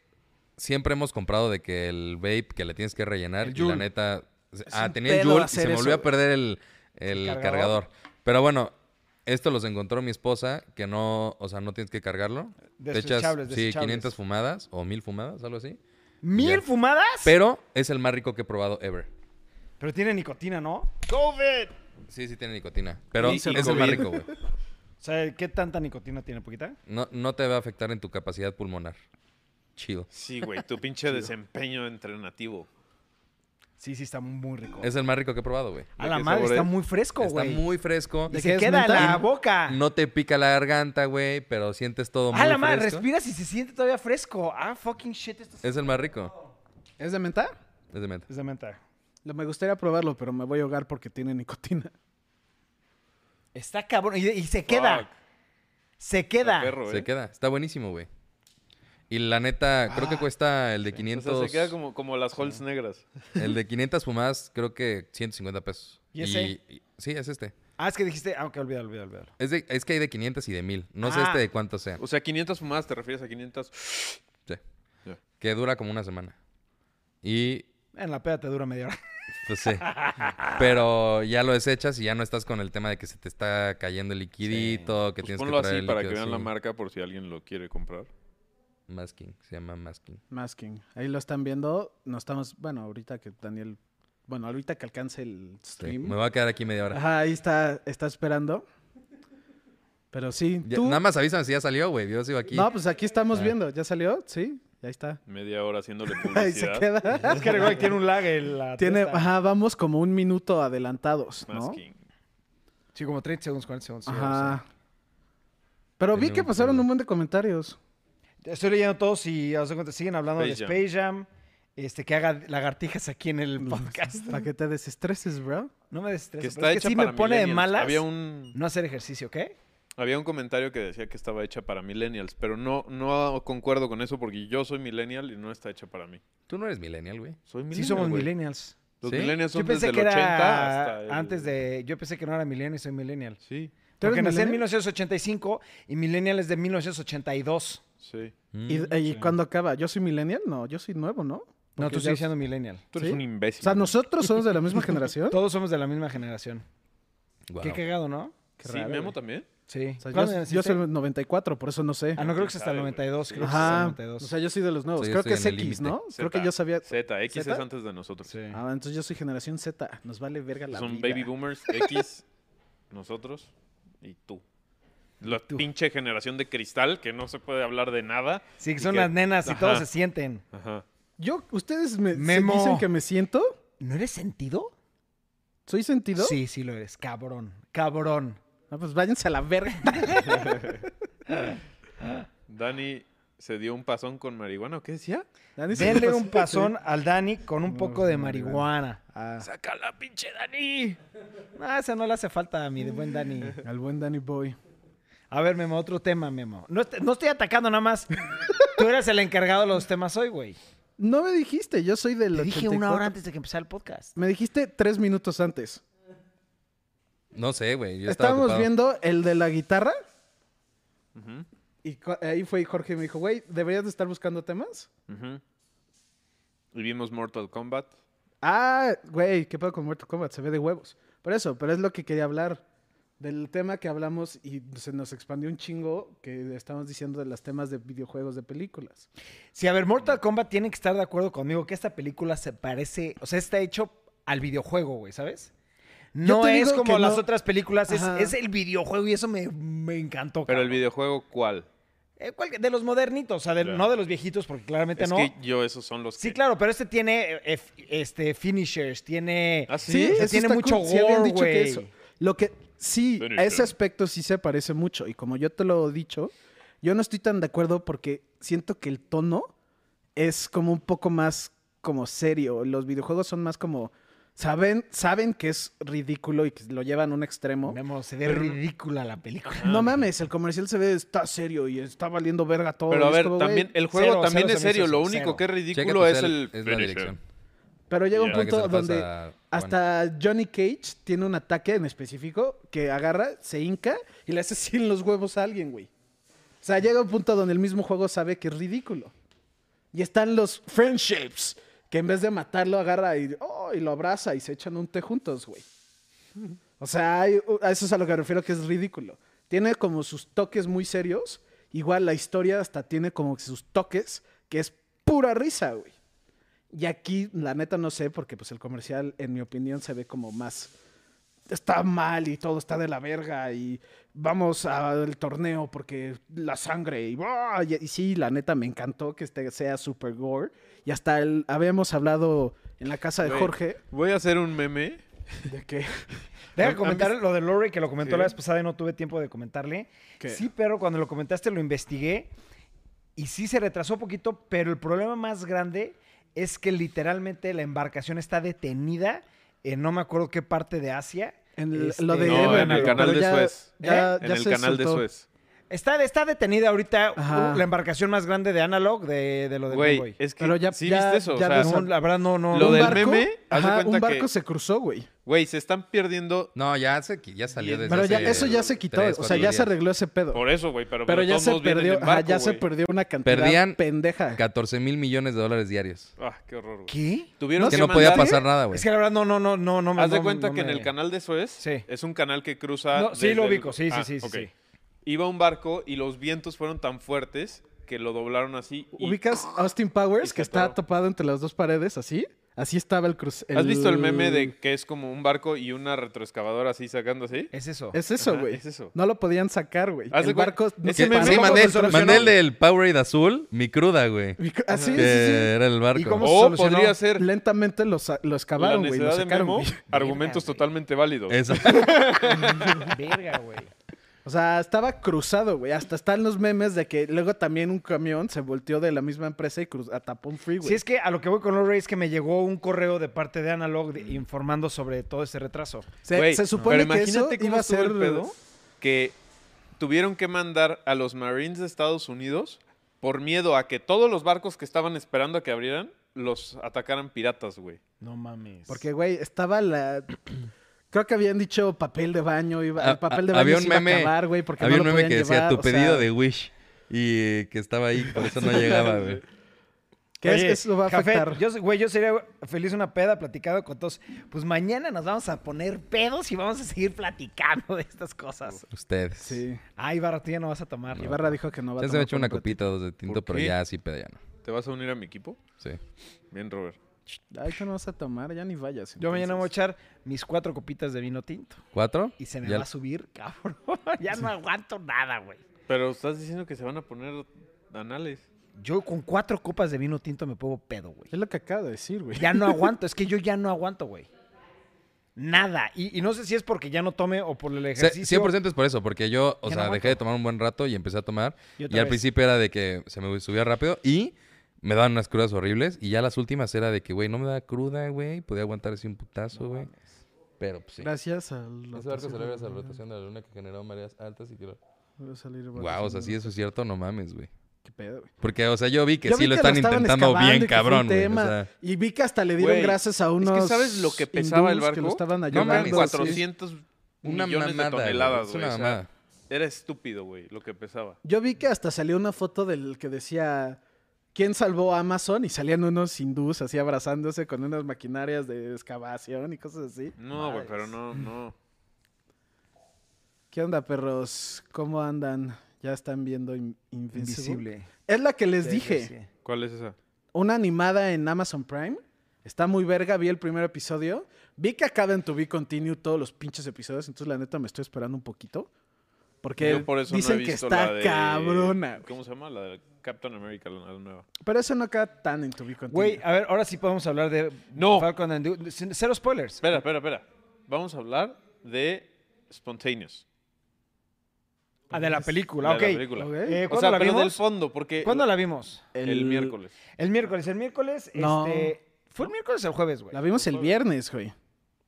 C: siempre hemos comprado de que el vape que le tienes que rellenar
A: El
C: y la
A: Joule.
C: neta. ah,
B: un
C: tenía el
B: pedo
C: Joule y
B: hacer
C: se me
B: eso,
C: volvió a
B: güey.
C: perder el, el
A: cargador.
C: cargador. Pero bueno, esto los encontró mi esposa, que no, o sea, no tienes que cargarlo. Te echas,
A: Desechables,
C: sí,
A: desechables.
C: 500 fumadas o 1000 fumadas, algo así.
A: ¿Mil
C: Ya.
A: fumadas? Pero,
C: Pero es el más rico que he probado ever.
A: tiene nicotina, ¿no?
D: ¡COVID!
C: Sí, sí tiene nicotina. Pero
D: Y- y
C: es el más
D: COVID.
C: rico, güey.
A: O sea, ¿qué tanta nicotina tiene, poquita?
C: No, no te va a afectar en tu capacidad pulmonar. Chido.
D: Sí, güey, tu pinche desempeño entrenativo.
A: Sí, sí, está muy rico.
C: Es el más rico que he probado, güey.
A: A la
D: qué
A: madre,
D: sabor
A: está
D: es?
A: muy fresco,
C: Está
A: güey.
C: muy fresco.
A: Y
B: ¿De
A: se
B: qué es
A: queda en
B: menta?
A: la boca.
C: No te pica la garganta, güey, pero sientes todo muy
A: a la madre,
C: fresco.
A: respiras y se siente todavía fresco. Ah, fucking shit, esto es-
C: Es el más rico.
B: ¿Es de menta?
C: Es de menta.
A: es de menta.
B: Lo- Me gustaría probarlo, pero me voy a ahogar porque tiene nicotina.
A: Está cabrón. Y, y se queda.
D: Fuck.
A: Se queda.
D: Está perro, ¿eh?
C: Se queda. Está buenísimo, güey. Y la neta, creo que cuesta el de
D: Ah. O
C: 500...
D: sea, se queda como, como las holes negras.
C: El de 500 fumadas, creo que 150 pesos.
A: ¿Y ese?
C: sí, es este.
A: Ah, es que dijiste. Ah, ok, olvídalo, olvídalo, olvídalo.
C: Es, de- es que hay de 500 y de 1000. No sé
A: Ah.
C: este de cuánto sea.
D: O sea, 500 fumadas, ¿te refieres a 500?
C: Sí.
D: Ya.
C: Que dura como una semana. Y...
A: En la peda te dura media hora.
C: Pues sí. Pero ya lo desechas y ya no estás con el tema de que se te está cayendo el liquidito, que
D: Pues
C: tienes
D: ponlo
C: que traer
D: así
C: el
D: para que
C: líquido
D: vean la
C: así.
D: marca por si alguien lo quiere comprar.
C: Masking, se llama masking.
B: Masking. Ahí lo están viendo. No estamos. Bueno, ahorita que Daniel. Bueno, ahorita que alcance el
C: Sí,
B: stream.
C: Me voy a quedar aquí media hora.
B: Ajá, ahí está, está esperando. Pero sí,
C: Ya-
B: tú.
C: nada más avísame si ya salió, güey. Yo sigo aquí.
B: No, pues aquí estamos
C: Ah.
B: viendo. ¿Ya salió? Sí, ahí está.
D: Media hora haciéndole
B: Ahí se
D: publicidad.
B: queda.
A: Es que el güey tiene un lag en la.
B: Tiene,
A: testa.
B: ajá, vamos como un minuto adelantados, ¿no?
D: Masking.
A: Sí, como 30 segundos, 40 segundos. sí, o
B: Ajá. Pero vi
C: Tenía
B: que
C: un
B: pasaron
C: problema.
B: un montón de comentarios.
A: sea. Estoy leyendo todos y haz de cuenta, siguen hablando
D: Space Jam.
A: de Space Jam. Este, que haga lagartijas aquí en el podcast.
B: Para que te desestreses, bro.
A: No me destreses.
D: Que
A: pero
D: está
A: es
D: hecha
A: que sí
D: para
A: me pone de
D: millennials.
A: malas
D: Había un,
A: no hacer ejercicio, ¿qué?
D: Había un comentario que decía que estaba hecha para millennials, pero no, no concuerdo con eso porque yo soy millennial y no está hecha para mí.
C: Tú no eres millennial, güey.
D: Soy millennial.
A: Sí, somos
D: güey.
A: millennials.
D: Los
C: ¿Sí?
D: millennials son
A: Yo pensé
D: desde
A: que
D: el 80
A: era
D: hasta el-
A: antes de. Yo pensé que no era millennial y soy millennial.
D: Sí,
B: ¿Tú eres
A: Porque nací en
B: millennial?
A: 1985 y millennial es de 1982.
D: sí.
C: Mm.
B: ¿Y, y cuándo acaba? ¿Yo soy millennial? No, yo soy nuevo, ¿no?
A: No,
B: Porque
A: tú
B: ya-
A: sigues siendo millennial.
D: Tú eres
B: ¿Sí?
D: un imbécil.
B: O sea, nosotros somos de la misma generación.
A: Todos somos de la misma generación.
C: Guau.
A: Qué cagado, ¿no?
B: Qué
D: Sí,
B: raro,
D: Memo
B: güey.
D: también.
A: Sí.
B: O sea,
A: ¿Cuándo
B: yo,
A: naciste?
B: yo soy el 94, por eso no sé.
A: Ah, no, creo que es hasta el
D: Sabe, güey.
A: 92. Creo que es hasta el
B: Ajá.
A: 92.
B: O sea, yo soy de los nuevos.
C: Sí, yo
B: creo que es
C: estoy en el
B: X,
C: límite.
B: ¿no? Creo que
D: Z,
B: yo sabía.
D: Z, X es
B: ¿Zeta?
D: antes de nosotros.
A: Sí.
B: Ah, entonces yo soy generación Z. Nos vale verga la
D: Son
B: vida.
D: baby boomers, X, nosotros y tú. La pinche generación de cristal que no se puede hablar de nada.
A: Sí, que
D: y
A: son
D: que-
A: las nenas y
D: Ajá.
A: todos se sienten.
D: Ajá.
B: Yo, ¿ustedes me se
A: Memo.
B: dicen que me siento?
A: ¿No eres sentido?
B: ¿Soy sentido?
A: Sí, sí lo eres. Cabrón. Cabrón.
B: Ah, pues váyanse a la verga.
D: Dani se dio un pasón con marihuana, ¿o qué decía?
B: Dani, se
A: Denle
B: me
A: un
B: pasó.
A: pasón al Dani con un poco de marihuana.
B: Ah,
D: ¡Saca la pinche Dani!
A: Ah, esa no le hace falta a mi buen Dani.
B: al buen Danny Boy.
A: A ver, Memo, otro tema, Memo. No, est- no estoy atacando nada más. Tú eras el encargado de los temas hoy, güey.
B: No me dijiste, yo soy del
A: Te dije una
B: 84.
A: hora antes de que empezara el podcast.
B: Me dijiste tres minutos antes.
C: No sé, güey. yo estaba
B: Estábamos
C: ocupado.
B: viendo el de la guitarra. Y co- ahí fue y Jorge me dijo, güey, ¿deberías de estar buscando temas?
D: Ujú. Y vimos Mortal Kombat.
B: Ah, güey, ¿qué pedo con Mortal Kombat? Se ve de huevos. Por eso, pero es lo que quería hablar. Del tema que hablamos y se nos expandió un chingo que estamos diciendo de los temas de videojuegos, de películas.
A: Sí, a ver, Mortal Kombat tiene que estar de acuerdo conmigo que esta película se parece, o sea, está hecho al videojuego, güey, ¿sabes? No
B: te
A: es
B: digo
A: como
B: que
A: las
B: no.
A: otras películas, es,
B: Ajá.
A: es el videojuego y eso me, me encantó.
D: Pero el
A: cabrón.
D: videojuego, ¿cuál?
A: Eh, cualque- de los modernitos, o sea, de-
D: Ya.
A: no de los viejitos, porque
B: Este
A: claramente
D: Es
A: no.
D: que yo, esos son los
A: Sí,
D: que-
A: claro, pero este tiene eh, f- este finishers, tiene.
D: ¿Ah,
B: Sí,
D: sí?
A: O sea,
B: eso
A: tiene
B: está
A: mucho
B: cool. Sí habían
A: gore,
B: dicho que
A: güey.
B: eso. Lo que sí,
D: Finisher.
B: a ese aspecto sí se parece mucho. Y como yo te lo he dicho, yo no estoy tan de acuerdo porque siento que el tono es como un poco más como serio. Los videojuegos son más como saben, saben que es ridículo y que lo llevan a un extremo.
A: Memo, se ve
D: Pero-
A: ridícula la película.
B: No mames, el comercial se ve está serio y está valiendo verga todo.
D: Pero a
B: y es
D: ver,
B: como, güey,
D: también el juego
A: Cero,
D: también
A: cero
D: es
A: se me hizo
D: serio. Lo
A: eso,
D: único
A: cero.
D: que es
C: Checa
D: ridículo
C: tu
D: es
C: cel,
D: el
C: es la
D: finisher.
C: dirección.
B: Pero llega un
D: Ya, para
C: que se
B: punto
C: lo pases
B: donde
C: a Juan.
B: hasta Johnny Cage tiene un ataque en específico que agarra, se hinca y le hace así en los huevos a alguien, güey. O sea, llega un punto donde el mismo juego sabe que es ridículo. Y están los friendships, que en vez de matarlo agarra y, oh, y lo abraza y se echan un té juntos, güey. O sea, hay- a eso es a lo que me refiero que es ridículo. Tiene como sus toques muy serios. Igual la historia hasta tiene como sus toques que es pura risa, güey. Y aquí, la neta, no sé, porque pues el comercial, en mi opinión, se ve como más. Está mal y todo está de la verga y vamos al torneo porque la sangre y, ¡buah! y, y sí, la neta me encantó que este sea super gore. Y hasta el- habíamos hablado en la casa de
D: Güey,
B: Jorge
D: Voy a hacer un meme.
B: de que
A: Deja
D: ¿Han- han
A: comentar lo de Lori, que lo comentó
D: Sí.
A: la vez pasada y no tuve tiempo de comentarle.
B: ¿Qué?
A: Sí, pero cuando lo comentaste lo investigué y sí se retrasó poquito, pero el problema más grande es que literalmente la embarcación está detenida en no me acuerdo qué parte de Asia.
B: en el-
A: Este,
B: lo de
D: No, en
B: Everton,
D: el canal
B: pero
D: de
B: ya-
D: Suez.
B: ya-
D: En
B: ya
D: el
B: se
D: canal de
B: soltó.
D: Suez.
A: Está, está detenida ahorita
B: Ajá.
A: uh, la embarcación más grande de Analog de, de lo de
D: Güey, es que
B: Pero ya-
D: sí
B: ya-
D: viste eso. O
B: ya
D: sea,
B: ves
A: No, la verdad no, no.
D: Lo
A: no.
B: Un
D: del
B: barco-
D: meme, haz de
B: ajá, un
D: cuenta que-
B: barco se cruzó, güey.
D: güey, se están perdiendo.
C: No, ya, se, qui- ya salió desde
B: Pero ya,
C: hace
B: eso ya se quitó,
C: tres,
B: o sea,
C: cuatro
B: ya se
C: días.
B: arregló ese pedo.
D: Por eso, güey. Pero,
B: Pero
D: de
B: ya
D: todos
B: se
D: modos vienen
B: perdió,
D: en
B: ajá,
D: barco,
B: ya se
D: güey.
B: perdió una cantidad
C: Perdían
B: pendeja.
C: 14 mil millones de dólares diarios.
D: Ah, qué horror, güey.
A: ¿Qué?
D: Tuvieron
C: que no podía
D: mandar-
C: pasar nada, güey.
A: Es que la verdad no, no, no, no, no me
D: Haz de
A: no-
D: cuenta
A: no
D: que en
A: me-
D: el canal de Suez
A: Sí.
D: es un canal que cruza.
A: No, sí,
D: desde
A: lo
D: el- Ah,
A: ubico, sí, sí, sí, sí,
D: ok.
A: sí.
D: Iba un barco y los vientos fueron tan fuertes que lo doblaron así. y-
B: ¿Ubicas Austin Powers
D: y
B: que
D: se
B: está
D: atoró.
B: topado entre las dos paredes así? Así estaba el cruz.
D: ¿Has visto el meme de que es como un barco y una retroexcavadora así sacando así?
A: Es eso.
B: Es eso,
D: Ajá,
B: güey.
D: es eso.
B: No lo podían sacar, güey.
D: Haz de
B: El
D: cuen-
B: barco no se
D: ese
C: Que-
D: meme
B: paró.
C: sí,
A: ¿cómo
C: mandé,
A: se solucionó?
C: mandé el del Powerade azul, mi cruda, güey.
B: Ah, sí, sí,
C: que
B: sí.
C: era el barco.
A: ¿Y cómo se
D: O
A: solucionó?
D: Oh, podría ser
B: Lentamente lo, sa- lo
D: la
B: excavaron, güey. Lo
D: necesidad de
B: sacaron,
D: Memo,
B: güey.
D: argumentos
A: Verga, güey.
D: totalmente válidos.
C: Oh. Eso.
A: Verga, güey.
B: O sea, estaba cruzado, güey. Hasta están los memes de que luego también un camión se volteó de la misma empresa y cruz atapó un freeway.
A: Si es que a lo que voy con los Reyes que me llegó un correo de parte de Analog de- informando sobre todo ese retraso.
B: se,
D: Güey,
B: se supone
D: pero
B: que eso
D: imagínate cómo
B: iba a
D: estuvo
B: ser...
D: el pedo que tuvieron que mandar a los Marines de Estados Unidos por miedo a que todos los barcos que estaban esperando a que abrieran los atacaran piratas, güey.
A: No mames.
B: Porque, güey, estaba la... Creo que habían dicho papel de baño, iba,
C: A-
B: el papel de
C: a-
B: baño
C: Ah, había
B: se
C: un
B: iba a
C: meme-
B: acabar, güey, porque
C: Había
B: no
C: un
B: lo
C: meme
B: podían
C: que decía
B: llevar,
C: tu
B: o sea,
C: pedido de Wish y que estaba ahí, por eso no llegaba, güey.
B: Que es-
A: Oye,
B: eso va a
A: Jafet,
B: afectar.
A: yo, güey, yo sería feliz una peda platicado con todos. Pues mañana nos vamos a poner pedos y vamos a seguir platicando de estas cosas.
C: Ustedes.
B: Sí.
A: Ay, Barra, tú ya no vas a tomar.
B: Ibarra dijo que no va a
C: Ya se me
B: tomar
C: echó una
B: con
C: copita o dos de tinto,
D: ¿Por
C: pero
D: qué?
C: ya sí, pero ya no.
D: ¿Te vas a unir a mi equipo?
C: Sí.
D: Bien, Robert.
B: Ay, que no vas a tomar, ya ni vayas.
A: Yo mañana voy a
B: entonces.
A: echar mis cuatro copitas de vino tinto.
C: ¿Cuatro?
A: Y se me
C: Ya-
A: va a subir, cabrón. ya no aguanto nada, güey.
D: Pero estás diciendo que se van a poner anales.
A: Yo con cuatro copas de vino tinto me pongo pedo, güey.
B: Es lo que acaba de decir, güey.
A: Ya no aguanto, es que yo ya no aguanto, güey. Nada. Y, y no sé si es porque ya no tome o por el
C: Se-
A: ejercicio.
C: 100% es por eso, porque yo,
A: Ya no
C: o sea,
A: aguanto.
C: dejé de tomar un buen rato y empecé a tomar.
A: Y
C: Y,
A: otra
C: al
A: vez.
C: principio era de que se me subía rápido y me daban unas crudas horribles. Y ya las últimas era de que, güey, no me daba cruda, güey. Podía aguantar así un putazo, güey. Pero, pues sí.
B: Gracias a la
C: Ese barco se
B: rotación
C: regresa a
B: de
C: la
B: la luna.
C: rotación de la luna que generó mareas altas y que... lo-
B: Va a salir
C: Wow, o sea, sí, eso es cierto, no mames, güey.
B: Qué pedo, güey.
C: Porque, o sea, yo vi que
B: Yo
C: sí
B: vi
C: lo
B: que
C: están
B: estaban
C: intentando
B: excavando y
C: bien
B: que fue un
C: cabrón, güey. o
B: tema.
C: sea.
B: y vi que hasta le dieron
D: Güey,
B: gracias a
D: es
B: unos.
D: que ¿sabes lo que pesaba el
B: hindús Que lo
D: barco?
B: estaban
D: No
B: ayudando.
D: mames,
C: sí.
D: 400
C: Una
D: millones
C: mamada,
D: de
C: güey,
D: toneladas,
C: es
D: güey.
C: una
D: o sea,
C: mamada.
D: era estúpido, güey, lo que pesaba.
B: Yo vi que hasta salió una foto del que decía ¿Quién salvó a Amazon? Y salían unos hindús así abrazándose con unas maquinarias de excavación y cosas así.
D: No, güey, pero no, no.
B: ¿Qué onda, perros? ¿Cómo andan? ¿Ya están viendo In- Invincible?
A: Invisible.
B: Es la que les
A: Ya,
B: dije.
A: ya sé.
D: ¿Cuál es esa?
B: Una animada en Amazon Prime. Está muy verga, vi el primer episodio. Vi que acaba en To Be Continue todos los pinches episodios, entonces la neta me estoy esperando un poquito. Porque
D: Yo por eso
B: dicen
D: no he
B: que
D: visto
B: está
D: la de...
B: cabrona. güey.
D: ¿Cómo se llama? La de Captain America, la la nueva.
B: Pero eso no queda tan en To Be Continue.
A: Güey, a ver, ahora sí podemos hablar de
D: No.
A: Falcon and the- sin- Cero spoilers.
D: Espera, espera, espera. Vamos a hablar de Spontaneous.
A: Ah, de la película,
D: la
A: ok.
D: de la película.
B: Ok.
A: Eh,
D: O
A: ¿Cuándo
D: sea,
A: la
D: pero
A: vimos?
D: del fondo, porque
A: ¿Cuándo la vimos?
D: el, miércoles.
A: El miércoles. El miércoles,
B: No.
A: este... ¿Fue el miércoles o el jueves, güey?
B: La vimos
D: ah,
B: el viernes, güey.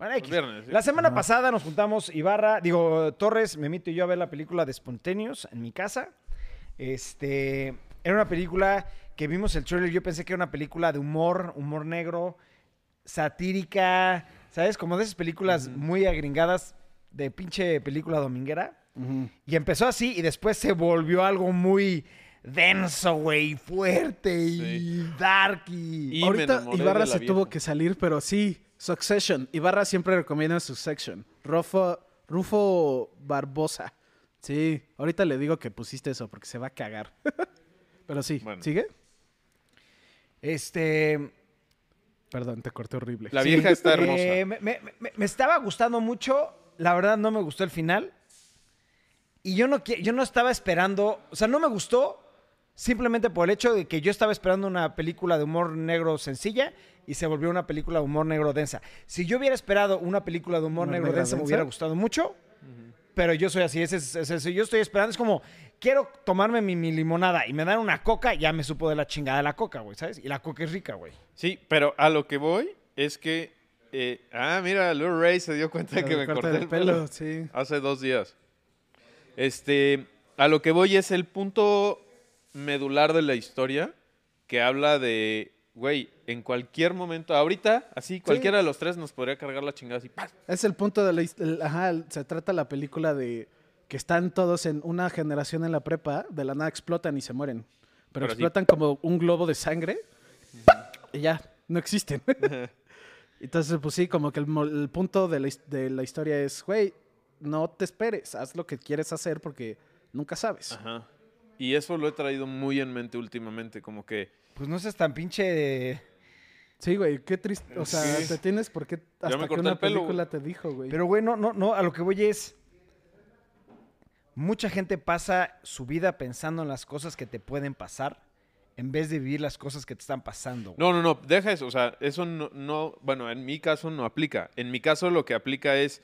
A: Bueno, X.
D: viernes, sí.
A: La semana pasada nos juntamos Ibarra, digo, Torres, Memito y yo a ver la película de Spontaneous en mi casa. Este, era una película que vimos el trailer, yo pensé que era una película de humor, humor negro, satírica, ¿sabes? Como de esas películas muy agringadas de pinche película dominguera. Y empezó así y después se volvió algo muy denso, güey, fuerte y
D: Sí.
A: dark y...
D: Y me
B: Ahorita
D: enamoré de
B: Ibarra
D: la
B: se
D: vieja.
B: tuvo que salir, pero sí, Succession. Ibarra siempre recomienda Succession. Rufo, Rufo Barbosa. Sí, ahorita le digo que pusiste eso porque se va a cagar. pero sí,
D: Bueno.
B: ¿sigue?
A: Este...
B: Perdón, te corté horrible.
D: La vieja está hermosa.
A: Eh, me, me- me- me estaba gustando mucho. La verdad, no me gustó el final. Y yo no, qui- yo no estaba esperando. O sea, no me gustó simplemente por el hecho de que yo estaba esperando una película de humor negro sencilla y se volvió una película de humor negro densa. Si yo hubiera esperado una película de humor,
B: ¿Humor
A: negro
B: negra
A: densa, me
B: densa?
A: hubiera gustado mucho. Pero yo soy así, ese es, ese es- yo estoy esperando, es como, quiero tomarme mi, mi limonada y me dan una coca, ya me supo de la chingada la coca, güey, ¿sabes? Y la coca es rica, güey.
D: Sí, pero a lo que voy es que... eh, ah, mira, Lou Ray se dio cuenta
B: Lo
D: que
B: del
D: me
B: corte
D: corté
B: del
D: el pelo.
B: sí.
D: Hace dos días. Este, a lo que voy es el punto medular de la historia que habla de, güey, en cualquier momento, ahorita, así, cualquiera de los tres nos podría cargar la chingada así. ¡pam!
B: Es el punto de la... his- el- Ajá, el- se trata la película de que están todos en una generación en la prepa, de la nada explotan y se mueren. Pero,
D: Pero sí.
B: explotan como un globo de sangre ¡pac! y ya, no existen. Entonces, pues sí, como que el, mo- el punto de la, his- de la historia es, güey, no te esperes, haz lo que quieres hacer porque nunca sabes.
D: Ajá. Y eso lo he traído muy en mente últimamente, como que
A: Pues no seas tan pinche...
B: Sí, güey, qué triste. O sea,
D: Sí.
B: te tienes porque hasta
D: me
B: que
D: corté
B: una
D: el pelo,
B: película te dijo, güey.
A: Pero, güey, no, no, no, a lo que voy es. Mucha gente pasa su vida pensando en las cosas que te pueden pasar en vez de vivir las cosas que te están pasando. güey.
D: No, no, no, deja eso. O sea, eso no, no- bueno, en mi caso no aplica. En mi caso lo que aplica es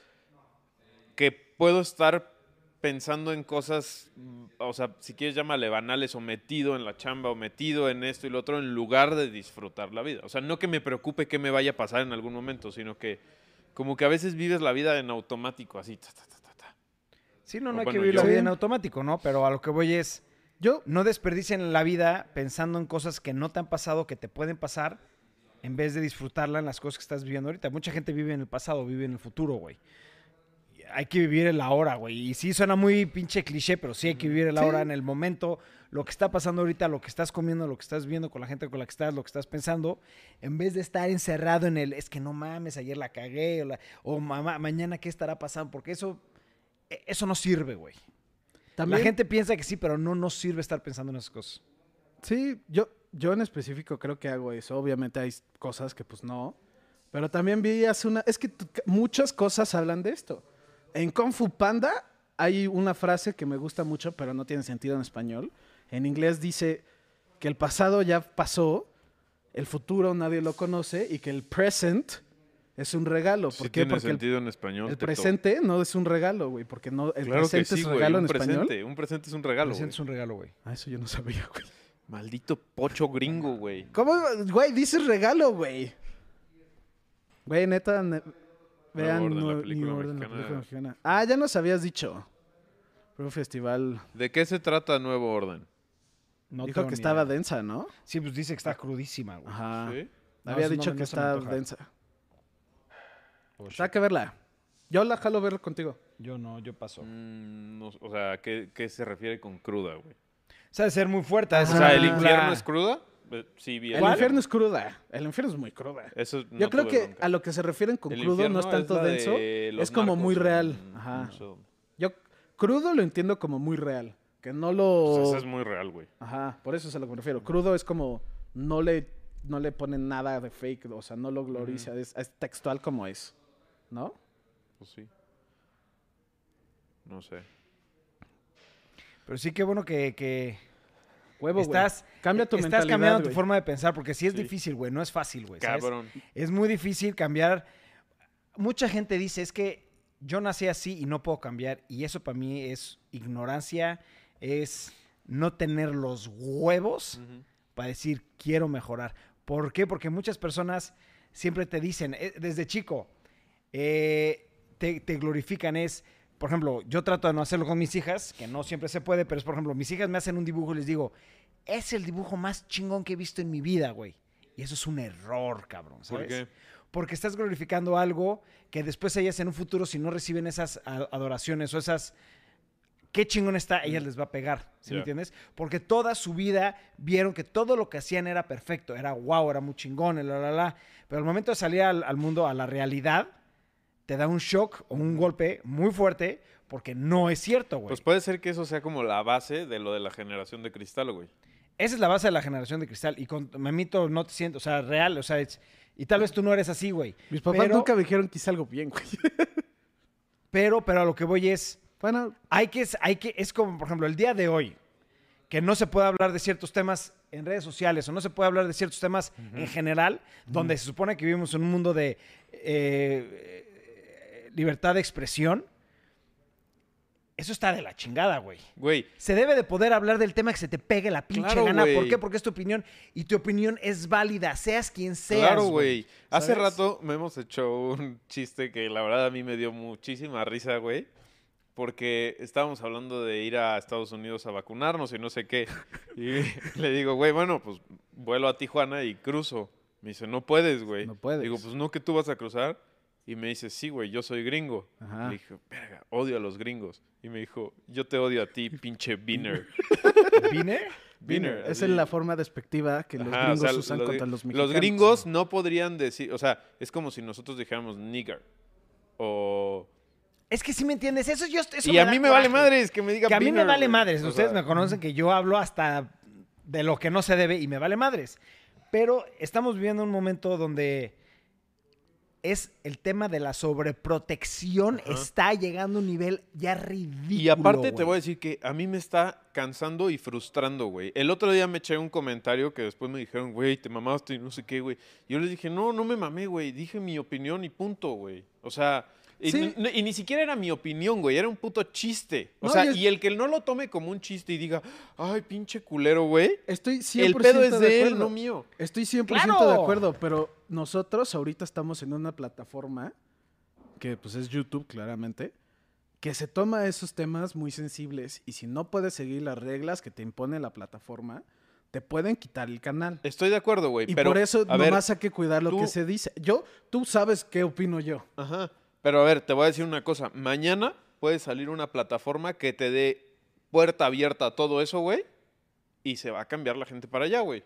D: que puedo estar pensando en cosas, mm, o sea, si quieres llámale banales o metido en la chamba o metido en esto y lo otro en lugar de disfrutar la vida. O sea, no que me preocupe qué me vaya a pasar en algún momento, sino que como que a veces vives la vida en automático, así. ta, ta, ta, ta, ta.
A: sí, no, no
D: o
A: hay que
D: bueno,
A: vivir
D: yo-
A: la vida
B: Sí.
A: en automático, ¿no? Pero a lo que voy es.
B: yo,
A: No desperdicien la vida pensando en cosas que no te han pasado, que te pueden pasar, en vez de disfrutarla en las cosas que estás viviendo ahorita. Mucha gente vive en el pasado, vive en el futuro, güey. Hay que vivir el ahora, güey. Y sí, suena muy pinche cliché, pero sí hay que vivir el
B: Sí.
A: ahora en el momento, lo que está pasando ahorita, lo que estás comiendo, lo que estás viendo con la gente con la que estás, lo que estás pensando, en vez de estar encerrado en el, es que no mames, ayer la cagué, o, la- o mamá, mañana qué estará pasando, porque eso, e- eso no sirve, güey.
B: también...
A: La gente piensa que sí, pero no nos sirve estar pensando en esas cosas.
B: Sí, yo, yo en específico creo que hago eso. Obviamente hay cosas que pues no. Pero también vi hace una... Es que tu- muchas cosas hablan de esto. En Kung Fu Panda hay una frase que me gusta mucho, pero no tiene sentido en español. En inglés dice que el pasado ya pasó, el futuro nadie lo conoce y que el present es un regalo. ¿Por
D: Sí
B: qué?
D: tiene
B: Porque el,
D: sentido en español.
B: el
D: teto.
B: presente no es un regalo, güey. Porque no, el
D: Claro que
B: presente
D: sí,
B: es un
D: güey,
B: regalo en
D: un
B: español.
D: presente, un presente es un regalo, güey.
A: Presentes un regalo, güey.
B: Ah, eso yo no sabía, güey.
D: Maldito pocho gringo, güey.
B: ¿Cómo? Güey, dices regalo, güey. Güey, neta, ne- vean
D: Orden, la
B: Nue-
D: película
B: New Orden, la
D: mexicana.
B: película mexicana. Ah, ya nos habías dicho. Fue un festival.
D: ¿De qué se trata Nuevo Orden?
A: No
B: dijo
A: tengo
B: que
A: ni
B: estaba
A: idea.
B: densa, ¿no?
A: Sí, pues dice que está crudísima, güey.
B: Ajá.
D: ¿Sí?
A: No,
B: Había
A: eso no
B: dicho
A: me-
B: que
A: no se me
B: está
A: antoja.
B: densa.
D: Oh,
B: Pues Hay que verla. Yo la jalo verla contigo.
A: Yo no, yo paso. O
D: Mm, no- o sea, ¿qué, qué se refiere con cruda, güey?
A: sea, de ser muy fuerte.
D: O
A: es una
D: sea, ¿el
A: película-
D: infierno es cruda? Eh, Sí, vi
B: Ah, El infierno es cruda. El infierno es muy cruda.
D: Eso
B: Yo
D: no
B: creo
D: tuve
B: que
D: bronca.
B: a lo que se refieren con
D: El
B: crudo no es
D: infierno
B: tanto
D: la de
B: denso.
D: los
B: Es como
D: narcos mm,
B: muy
D: en-
B: real.
D: en
B: Ajá.
D: eso.
B: Yo crudo lo entiendo como muy real. Que no
D: Pues
B: lo.
D: eso es muy real, güey.
B: Ajá. Por eso es a lo que me refiero. Crudo es como no le, no le ponen nada de fake. O sea, no lo gloriza. Es, es textual como es. ¿No?
D: Pues sí. No sé.
A: Pero sí, qué bueno que, que
B: Huevo, güey.
A: estás,
B: Cambia tu
A: estás
B: mentalidad,
A: cambiando tu
B: güey.
A: forma de pensar, porque sí es
D: Sí.
A: difícil, güey. No es fácil, güey. ¿sabes?
D: Cabrón.
A: Es muy difícil cambiar. Mucha gente dice, es que yo nací así y no puedo cambiar. Y eso para mí es ignorancia, es no tener los huevos
D: Ujú.
A: para decir quiero mejorar. ¿Por qué? Porque muchas personas siempre te dicen, eh, desde chico, eh, te, te glorifican, es, por ejemplo, yo trato de no hacerlo con mis hijas, que no siempre se puede, pero es, por ejemplo, mis hijas me hacen un dibujo y les digo, es el dibujo más chingón que he visto en mi vida, güey. Y eso es un error, cabrón.
D: ¿Por
A: ¿sabes?
D: qué?
A: Porque estás glorificando algo que después ellas en un futuro, si no reciben esas a- adoraciones o esas qué chingón está, a ellas les va a pegar, ¿sí me
D: Ya.
A: entiendes? Porque toda su vida vieron que todo lo que hacían era perfecto, era wow, era muy chingón, la, la, la. Pero al momento de salir al, al mundo, a la realidad, te da un shock o un golpe muy fuerte porque no es cierto, güey.
D: Pues puede ser que eso sea como la base de lo de la generación de cristal, güey.
A: Esa es la base de la generación de cristal y con Mamito no te siento, o sea, real, o sea, es- y tal vez tú no eres así, güey.
B: Mis papás
A: pero,
B: nunca me dijeron que hice algo bien, güey.
A: Pero, pero a lo que voy es...
B: bueno,
A: hay que, hay que, es como, por ejemplo, el día de hoy, que no se puede hablar de ciertos temas en redes sociales o no se puede hablar de ciertos temas en general, donde se supone que vivimos en un mundo de eh, libertad de expresión. Eso está de la chingada, güey.
D: Güey,
A: Se debe de poder hablar del tema que se te pegue la pinche
D: Claro,
A: gana. ¿Por
D: güey.
A: qué? Porque es tu opinión y tu opinión es válida, seas quien seas.
D: claro, güey. Hace
A: ¿Sabes?
D: rato me hemos hecho un chiste que la verdad a mí me dio muchísima risa, güey. Porque estábamos hablando de ir a Estados Unidos a vacunarnos y no sé qué. Y le digo, güey, bueno, pues vuelo a Tijuana y cruzo. Me dice, no puedes, güey.
B: No puedes.
D: Digo, pues no que tú vas a cruzar. Y me dice, sí, güey, yo soy gringo.
B: Ajá.
D: Le dije, verga, odio a los gringos. Y me dijo, yo te odio a ti, pinche biner.
A: ¿Vine?
D: Biner.
B: Esa
D: así.
B: es la forma despectiva que los
D: Ajá, o
B: gringos
D: sea,
B: usan
D: lo de-
B: contra los mexicanos.
D: gringos no podrían decir, o sea, es como si nosotros dijéramos nigger. O...
A: Es que sí me entiendes. Eso yo. eso
D: y a
A: da
D: mí me vale
A: coraje.
D: madres que me digan
A: Que a mí me
D: beaner,
A: vale
D: güey.
A: madres.
D: O
A: Ustedes
D: sea,
A: me conocen que yo hablo hasta de lo que no se debe y me vale madres. Pero estamos viviendo un momento donde es el tema de la sobreprotección está llegando a un nivel ya ridículo.
D: Y aparte te
A: güey.
D: voy a decir que a mí me está cansando y frustrando, güey. El otro día me eché un comentario que después me dijeron, güey, te mamaste y no sé qué, güey. Yo les dije, no, no me mamé, güey. Dije mi opinión y punto, güey. O sea, y,
B: Sí.
D: ni- y ni siquiera era mi opinión, güey. Era un puto chiste. O
B: No,
D: sea,
B: y es-
D: y el que no lo tome como un chiste y diga, ay, pinche culero, güey.
B: Estoy 100%
D: El pedo es de él,
B: acuerdo.
D: no mío.
B: Estoy 100% de
A: ¡Claro!
B: acuerdo, pero nosotros ahorita estamos en una plataforma que pues es YouTube claramente, que se toma esos temas muy sensibles y si no puedes seguir las reglas que te impone la plataforma, te pueden quitar el canal.
D: Estoy de acuerdo, güey.
B: Y
D: Eh, pero,
B: por eso
D: a ver,
B: nomás hay que cuidar lo
D: tú-
B: que se dice. Yo, tú sabes qué opino yo.
D: Ajá. Pero a ver, te voy a decir una cosa. Mañana puede salir una plataforma que te dé puerta abierta a todo eso, güey. Y se va a cambiar la gente para allá, güey.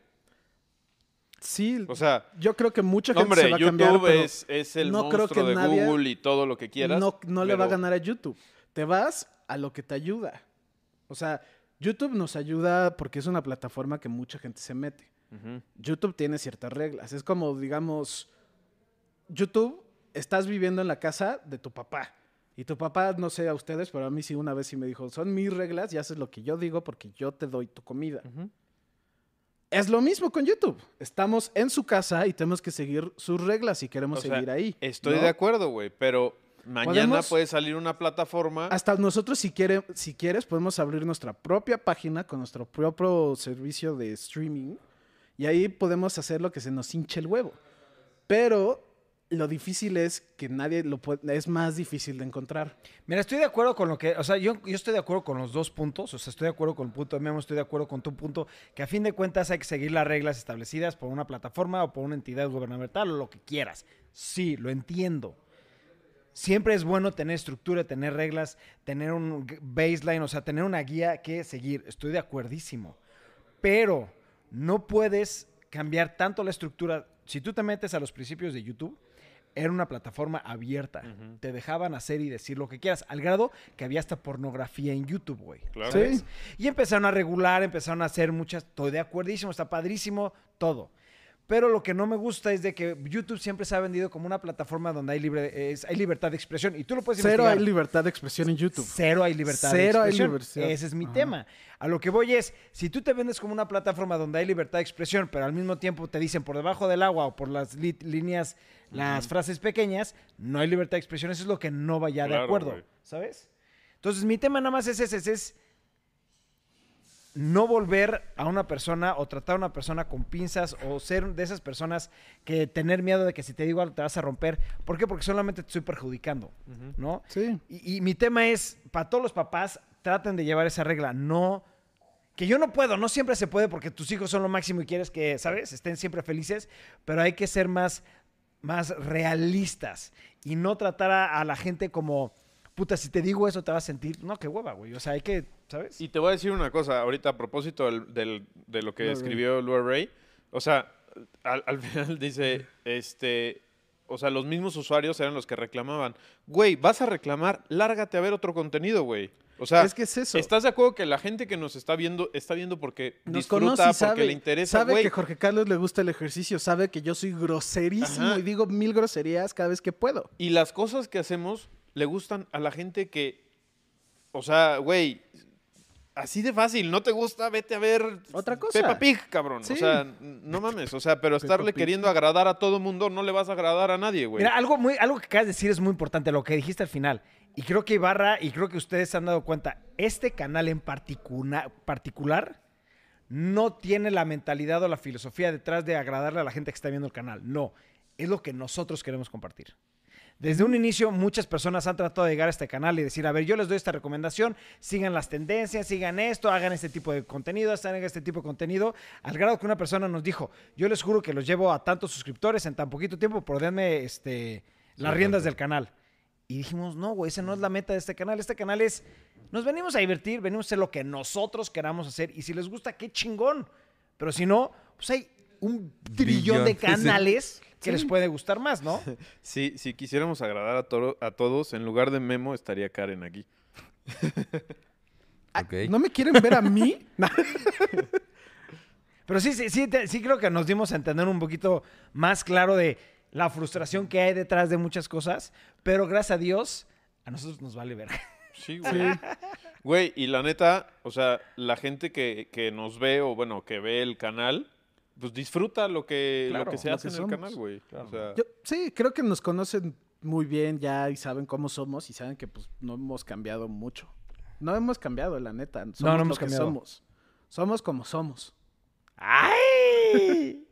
B: Sí,
D: O sea,
B: yo creo que mucha gente
D: hombre,
B: se va a
D: YouTube
B: cambiar, pero-
D: es, es el
B: no creo
D: monstruo
B: que
D: de
B: nadie-
D: Google y todo lo que quieras.
B: No, no le va a
D: pero-
B: ganar a YouTube. Te vas a lo que te ayuda. O sea, YouTube nos ayuda porque es una plataforma que mucha gente se mete.
D: Ujú.
B: YouTube tiene ciertas reglas. Es como, digamos, YouTube, estás viviendo en la casa de tu papá. Y tu papá, no sé a ustedes, pero a mí sí una vez sí me dijo, son mis reglas y haces lo que yo digo porque yo te doy tu comida.
D: Ujú.
B: Es lo mismo con YouTube. Estamos en su casa y tenemos que seguir sus reglas si queremos
D: O sea,
B: seguir ahí.
D: Estoy
B: ¿no?
D: de acuerdo, güey. Pero mañana
B: Podemos-
D: puede salir una plataforma.
B: Hasta nosotros, si, quiere, si quieres, podemos abrir nuestra propia página con nuestro propio servicio de streaming. Y ahí podemos hacer lo que se nos hinche el huevo. Pero Lo difícil es que nadie lo puede, es más difícil de encontrar.
A: Mira, estoy de acuerdo con lo que, o sea, yo, yo estoy de acuerdo con los dos puntos, o sea, estoy de acuerdo con el punto de Memo, estoy de acuerdo con tu punto, que a fin de cuentas hay que seguir las reglas establecidas por una plataforma o por una entidad gubernamental o lo que quieras. Sí, lo entiendo. Siempre es bueno tener estructura, tener reglas, tener un baseline, o sea, tener una guía que seguir. Estoy de acuerdísimo. Pero no puedes cambiar tanto la estructura. Si tú te metes a los principios de YouTube, era una plataforma abierta. Te dejaban hacer y decir lo que quieras, al grado que había hasta pornografía en YouTube, güey.
D: Claro.
B: Sí.
A: Y empezaron a regular, empezaron a hacer muchas. Estoy de acuerdísimo, está padrísimo, todo. Pero lo que no me gusta es de que YouTube siempre se ha vendido como una plataforma donde hay, libre, es- hay libertad de expresión. Y tú lo puedes
B: Cero
A: investigar.
B: hay libertad de expresión en YouTube.
A: Cero hay libertad
B: Cero
A: de
B: hay
A: expresión.
B: libertad.
A: Ese es mi tema. A lo que voy es, si tú te vendes como una plataforma donde hay libertad de expresión, pero al mismo tiempo te dicen por debajo del agua o por las li- líneas, las frases pequeñas, no hay libertad de expresión. Eso es lo que no vaya de
D: Claro,
A: acuerdo,
D: güey.
A: ¿sabes? Entonces, mi tema nada más es ese, ese es no volver a una persona o tratar a una persona con pinzas o ser de esas personas que tener miedo de que si te digo algo te vas a romper. ¿Por qué? Porque solamente te estoy perjudicando, ¿no?
B: Sí.
A: Y, y mi tema es, para todos los papás, traten de llevar esa regla. No, que yo no puedo, no siempre se puede porque tus hijos son lo máximo y quieres que, ¿sabes? Estén siempre felices, pero hay que ser más, más realistas y no tratar a, a la gente como, puta, si te digo eso te vas a sentir, no, qué hueva, güey. O sea, hay que, ¿sabes?
D: Y te voy a decir una cosa, ahorita a propósito del- del- de lo que escribió Lua Ray. O sea, al, al final dice, este, o sea, los mismos usuarios eran los que reclamaban. Güey, vas a reclamar, lárgate a ver otro contenido, güey. O sea,
B: Es que es eso.
D: ¿estás de acuerdo que la gente que nos está viendo, está viendo porque
B: Nos
D: disfruta,
B: conoce y
D: porque
B: sabe,
D: le interesa,
B: sabe
D: güey?
B: que Jorge Carlos le gusta el ejercicio, sabe que yo soy groserísimo
D: Ajá.
B: y digo mil groserías cada vez que puedo.
D: Y las cosas que hacemos le gustan a la gente que, o sea, güey, así de fácil, no te gusta, vete a ver
B: Otra cosa.
D: Peppa Pig, cabrón.
B: Sí.
D: O sea, n- no mames, o sea, pero estarle
B: Pig. ah.
D: queriendo agradar a todo mundo no le vas a agradar a nadie, güey.
A: Mira, algo, muy, algo que acabas de decir es muy importante, lo que dijiste al final. Y creo que Ibarra, y creo que ustedes se han dado cuenta, este canal en particuna- particular no tiene la mentalidad o la filosofía detrás de agradarle a la gente que está viendo el canal. No, es lo que nosotros queremos compartir. Desde un inicio, muchas personas han tratado de llegar a este canal y decir, a ver, yo les doy esta recomendación, sigan las tendencias, sigan esto, hagan este tipo de contenido, hagan este tipo de contenido, al grado que una persona nos dijo, yo les juro que los llevo a tantos suscriptores en tan poquito tiempo, pero denme este, las riendas del canal. Y dijimos, no, güey, esa no es la meta de este canal. Este canal es, nos venimos a divertir, venimos a hacer lo que nosotros queramos hacer. Y si les gusta, qué chingón. Pero si no, pues hay un trillón
C: Billón.
A: de
C: Sí.
A: canales que les puede gustar más, ¿no?
D: Si, si quisiéramos agradar a, toro- a todos, en lugar de Memo estaría Karen aquí.
C: Ok.
B: ah, ¿No me quieren ver a mí?
A: Pero sí, sí, sí, te- sí creo que nos dimos a entender un poquito más claro de la frustración que hay detrás de muchas cosas. Pero gracias a Dios, a nosotros nos vale ver.
D: Sí, güey. Güey, y la neta, o sea, la gente que, que nos ve o bueno, que ve el canal, pues disfruta lo que,
A: Claro,
D: lo que se
B: lo
D: hace
B: que
D: en
B: somos.
D: el canal, güey. O sea,
B: Yo- sí, creo que nos conocen muy bien ya y saben cómo somos y saben que pues no hemos cambiado mucho. No hemos cambiado, la neta. Somos
A: no
B: lo
A: hemos
B: que
A: cambiado.
B: somos. Somos como somos.
A: ¡Ay!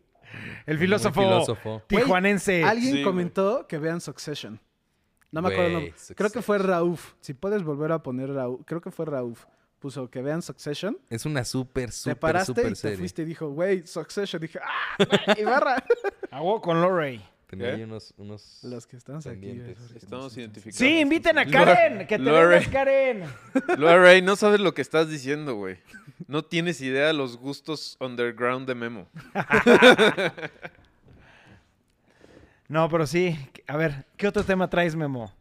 A: El filósofo,
C: filósofo.
A: tijuanense.
B: Alguien
D: Sí,
B: comentó que vean Succession. No me
C: Güey,
B: acuerdo. el nombre. Creo que
C: Succession.
B: fue Raúf. Si puedes volver a poner Raúf. Creo que fue Raúf. Puso que vean Succession.
C: Es una súper,
B: Te
C: súper,
B: paraste
C: súper
B: y te
C: serie.
B: fuiste y dijo, güey, Succession. Dije, ¡ah! güey, Ibarra.
A: Hago con Lorray.
C: Tenía
D: ¿Eh?
C: ahí unos, unos...
B: Los que estamos aquí. güey,
C: Pendientes.
B: porque
D: estamos
B: nos
D: identificados.
A: Sí, inviten a
D: Lore-
A: Karen, que te
D: Lore.
A: vengas, Karen.
D: Laura Ray, no sabes lo que estás diciendo, güey. No tienes idea de los gustos underground de Memo.
A: No, pero sí. A ver, ¿qué otro tema traes, Memo?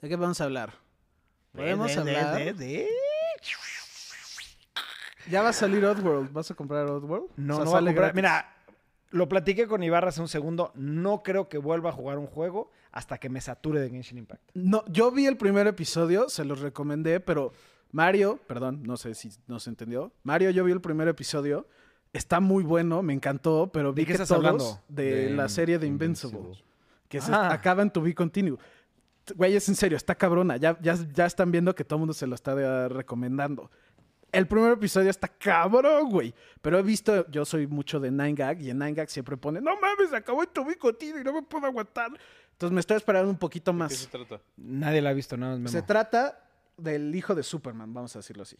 B: ¿De qué vamos a hablar? Podemos hablar. Ya va a salir Oddworld. ¿Vas a comprar Oddworld?
A: No,
B: O sea,
A: no va a
B: sale
A: comprar-
B: gratis.
A: Mira, lo platiqué con Ibarra hace un segundo. No creo que vuelva a jugar un juego hasta que me sature de Genshin Impact.
B: No, yo vi el primer episodio, se los recomendé, pero Mario, perdón, no sé si no se entendió. Mario, yo vi el primer episodio. Está muy bueno, me encantó, pero vi
A: qué
B: que
A: estás
B: todos
A: hablando?
B: de la serie de Invincible,
C: Invincible.
B: que se
A: Ah.
B: acaba en To Be Continue. T- Güey, es en serio, está cabrona. Ya, ya, ya están viendo que todo el mundo se lo está eh, ah, recomendando. El primer episodio está cabrón, güey. Pero he visto, yo soy mucho de Nine Gag y en Nine Gag siempre pone, no mames, acabó el bicotino y no me puedo aguantar. Entonces me estoy esperando un poquito
D: ¿De qué se
B: más.
D: trata?
A: Nadie la ha visto, nada más.
B: Se
A: Memo.
B: trata del hijo de Superman, vamos a decirlo así.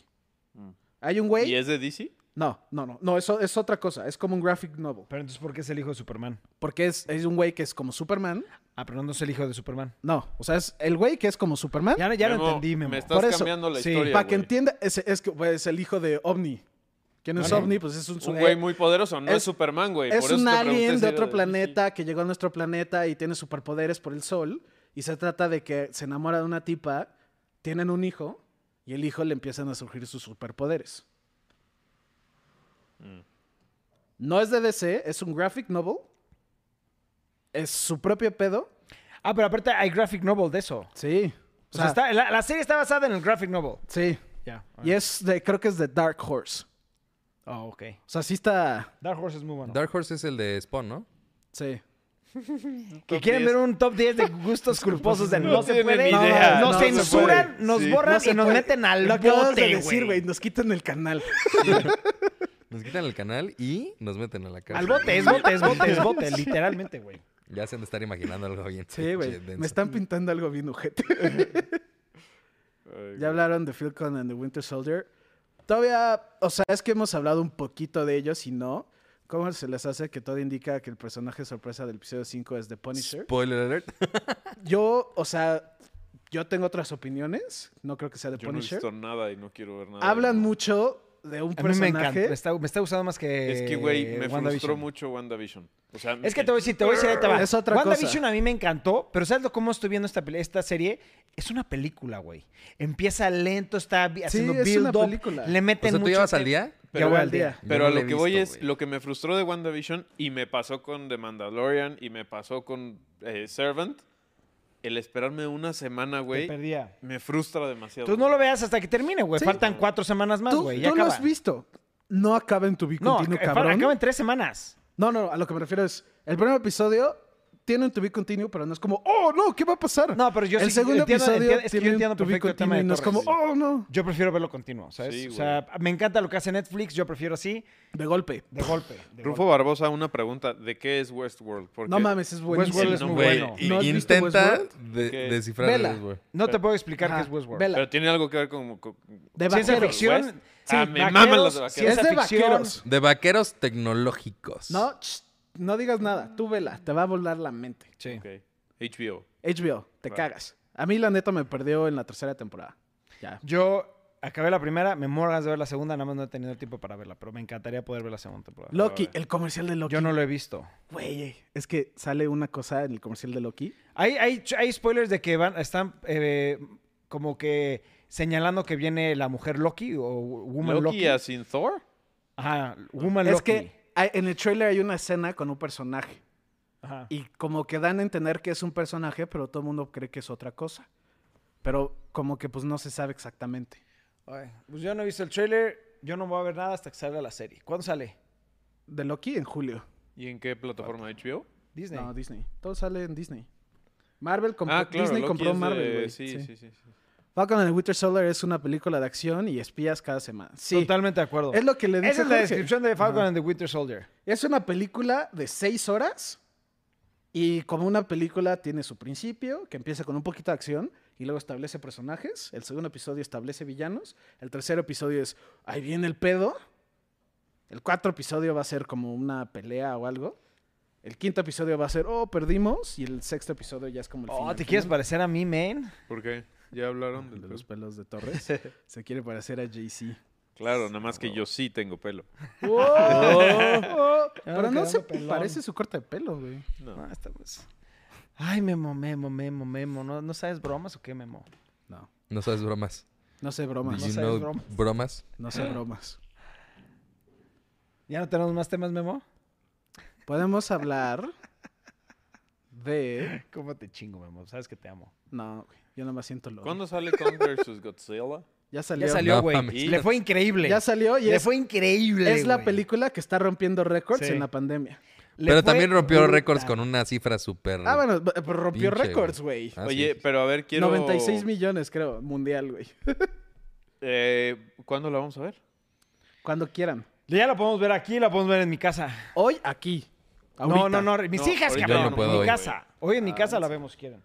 D: Mm.
B: Hay un güey.
D: ¿Y es de DC?
B: No, no, no, no, eso es otra cosa. Es como un graphic novel.
A: Pero entonces, ¿por qué es el hijo de Superman?
B: Porque es, es un güey que es como Superman.
A: Ah, pero no es el hijo de Superman.
B: No, o sea, es el güey que es como Superman.
A: Ya, ya lo
D: Memo,
A: entendí, Memo.
D: Me estás
B: Por eso,
D: cambiando la
A: sí,
D: historia.
B: Para que
D: güey.
B: entienda, es, es que güey, es el hijo de OVNI. ¿Quién es
A: Ok.
B: OVNI? Pues es un,
D: Un güey muy poderoso, no es,
B: es-
D: Superman, güey.
B: Es
D: por eso
B: un
D: te pregunté
B: alien
D: si
B: de
D: era
B: otro
D: DC.
B: planeta que llegó a nuestro planeta y tiene superpoderes por el sol. Y se trata de que se enamora de una tipa, tienen un hijo y el hijo le empiezan a surgir sus superpoderes.
D: Mm.
B: No es de DC, es un graphic novel. Es su propio pedo.
A: Ah, pero aparte hay graphic novel de eso.
B: Sí.
A: O sea, está- la, la serie está basada en el graphic novel.
B: Sí.
A: Ya.
B: Y
D: Ah.
B: es de, creo que es de Dark Horse.
A: Oh, ok.
B: O sea, sí está.
A: Dark Horse es muy bueno.
C: Dark Horse es el de Spawn, ¿no?
B: Sí.
A: que
D: Top
A: quieren
D: 10.
A: ver un top 10 de gustos culposos de no,
D: No
A: se
D: tienen
A: puede.
D: idea,
A: nos
B: no se
A: censuran,
D: puede.
A: nos
D: Sí.
A: borran
B: No se
A: y nos
B: puede.
A: meten al
B: Lo acabas de
A: bote,
B: decir, güey. Nos quitan el canal.
C: Nos quitan el canal y nos meten a la
A: Al
C: cárcel.
A: bote, es bote, es bote, es bote, literalmente, güey.
C: Ya se han de estar imaginando algo bien.
B: Sí, güey.
C: bien
B: Me
C: denso.
B: están pintando algo bien ojete.
D: Ay,
B: Ya hablaron de Falcon and the Winter Soldier. Todavía, o sea, es que hemos hablado un poquito de ellos y no. ¿Cómo se les hace que todo indica que el personaje sorpresa del episodio 5 es The Punisher?
C: Spoiler alert.
B: Yo, o sea, yo tengo otras opiniones. No creo que sea The
D: Yo no he
B: Punisher.
D: visto nada y no quiero ver nada.
B: Hablan
D: No.
B: mucho de un
A: A mí me
B: personaje.
A: encanta, me está, me está gustando más que
D: Es que, güey, me frustró
A: WandaVision.
D: mucho WandaVision. O sea,
A: Es que te voy a decir, te voy a decir, ahí te va.
B: Es otra cosa.
A: WandaVision a mí me encantó, pero ¿sabes lo- cómo estoy viendo esta, peli- esta serie? Es una película, güey. Empieza lento, está vi- haciendo
B: es una
A: build-up,
B: película.
A: le
C: O
A: meten
C: sea, ¿tú
A: mucho
C: llevas al
A: tiempo.
C: día?
B: Ya voy al día.
C: Yo
D: Pero
C: no
D: a
C: la
D: lo
C: he
D: que voy
C: visto,
D: es,
C: güey.
D: lo que me frustró de WandaVision y me pasó con The Mandalorian y me pasó con eh, Servant, el esperarme una semana,
A: Te
D: güey,
A: perdía.
D: me frustra demasiado.
A: Tú no lo veas hasta que termine, güey.
B: Sí.
A: Faltan cuatro semanas más,
B: Tú,
A: güey.
B: tú
A: Ya
B: lo
A: acaba.
B: has visto. No acaba en tu
A: No,
B: bicontinuo,
A: ac-
B: cabrón.
A: acaba en tres semanas.
B: No, no, a lo que me refiero es, el primer episodio tiene un to be continuo, pero no es como, oh, no, ¿qué va a pasar?
A: No, pero yo
B: El
A: sí-
B: segundo
A: entiendo-
B: episodio
A: entiendo- es que yo
B: tiene un
A: entiendo
B: to be
A: perfecto el tema
B: continuo
A: de
B: y no es como,
A: Torres.
B: oh, no,
A: Yo prefiero verlo continuo, ¿sabes?
D: Sí,
A: o sea, me encanta lo que hace Netflix, yo prefiero así,
B: de golpe.
A: de golpe. de
D: Rufo Barbosa, una pregunta, ¿de qué es Westworld? Porque
B: No mames, es buenísimo.
A: Westworld es muy
C: Güey,
A: bueno.
C: y-
B: ¿No has visto
C: intenta
B: Westworld?
C: de-
D: ¿Qué?
C: descifrar
B: Vela.
C: Westworld.
A: golpe. No te puedo explicar
B: Ajá,
A: qué es Westworld.
B: vela.
D: Pero tiene algo que ver con... con-
B: De
A: Ciencia
B: vaqueros.
A: ficción.
D: West. Ah, me
A: vaqueros,
D: maman los de vaqueros.
A: ciencia
B: Es de
A: ficción.
B: vaqueros.
C: De vaqueros tecnológicos.
B: No, ch, no digas nada, tú vela, te va a volar la mente.
A: Sí.
D: Ok, HBO.
B: HBO, te
D: Va.
B: cagas. A mí la neta me perdió en la tercera temporada. Ya.
A: Yo acabé la primera, me muero de ver la segunda, nada más no he tenido el tiempo para verla, pero me encantaría poder ver la segunda temporada.
B: Loki, el comercial de Loki.
A: Yo no lo he visto.
B: Güey, es que sale una cosa en el comercial de Loki.
A: Hay, hay, hay spoilers de que van, están eh, como que señalando que viene la mujer Loki o Woman
D: ¿Loki,
A: Loki.
D: as in Thor?
A: Ajá, Woman
B: es
A: Loki.
B: que hay- en el trailer hay una escena con un personaje.
A: Ajá.
B: Y como que dan a entender que es un personaje, pero todo el mundo cree que es otra cosa. Pero como que pues no se sabe exactamente.
A: Ay, pues yo no he visto el trailer, yo no voy a ver nada hasta que salga la serie. ¿Cuándo sale?
B: De Loki en julio.
D: ¿Y en qué plataforma HBO?
A: Disney.
B: No, Disney. Todo sale en Disney. Marvel compró,
D: ah, claro,
B: Disney
D: Loki
B: compró
D: es de-
B: Marvel, güey.
D: sí,
B: Sí.
D: sí, sí, sí.
B: Falcon and the Winter Soldier es una película de acción y espías cada semana. Sí.
A: Totalmente de acuerdo.
B: Es lo que le dije
A: Esa es la
B: Jorge.
A: descripción de Falcon and the Winter Soldier.
B: Es una película de seis horas y como una película tiene su principio, que empieza con un poquito de acción y luego establece personajes. El segundo episodio establece villanos. El tercer episodio es, ahí viene el pedo. El cuarto episodio va a ser como una pelea o algo. El quinto episodio va a ser, oh, perdimos. Y el sexto episodio ya es como el
A: Oh,
B: final,
A: ¿te
B: final.
A: quieres parecer a mí, man?
D: ¿Por qué? Ya hablaron
B: El
D: del
B: Ah, de
D: pelo.
B: los pelos de Torres. Se quiere parecer a JC.
D: Claro, nada más que yo sí tengo pelo.
B: Oh, Pero no
A: quedando
B: se
A: pelón.
B: parece su corte de pelo, güey.
A: No, estamos... Ay, Memo, Memo, Memo, Memo. ¿No, ¿No sabes bromas o qué, Memo?
B: No.
C: No sabes bromas.
B: No sé
C: Do
B: bromas.
C: you
A: sabes
C: know
A: bromas.
C: bromas?
B: No sé bromas.
A: ¿Ya no tenemos más temas, Memo?
B: Podemos hablar de.
A: ¿Cómo te chingo, Memo? Sabes que te amo.
B: No, güey, yo nada más siento lo.
D: ¿Cuándo sale Kong vs. Godzilla?
B: Ya salió.
A: Ya salió,
C: No
A: güey.
C: mames.
A: Le fue increíble.
B: Ya salió y
A: Le
B: es,
A: fue increíble,
B: es la
A: güey.
B: película que está rompiendo récords
A: Sí.
B: en la pandemia.
A: Le
C: Pero
A: fue
C: también rompió
A: brutal.
C: récords con una cifra súper...
D: Mm.
B: Ah, bueno, b- pero rompió
C: Pinche,
B: récords, güey.
C: Ah, sí,
D: Oye,
C: sí, sí.
D: pero a ver, quiero...
B: 96 millones, creo, mundial, güey.
D: Eh, ¿Cuándo la vamos a ver?
B: Cuando quieran.
A: Ya la podemos ver aquí, la podemos ver en mi casa.
B: Hoy, aquí.
A: No,
B: Ahorita.
A: no, no. Ah, Mis
D: No,
A: hijas,
D: ahorita
C: no
A: cabrón.
C: puedo
A: en mi
C: hoy.
A: casa. Hoy en mi casa la vemos, quieren.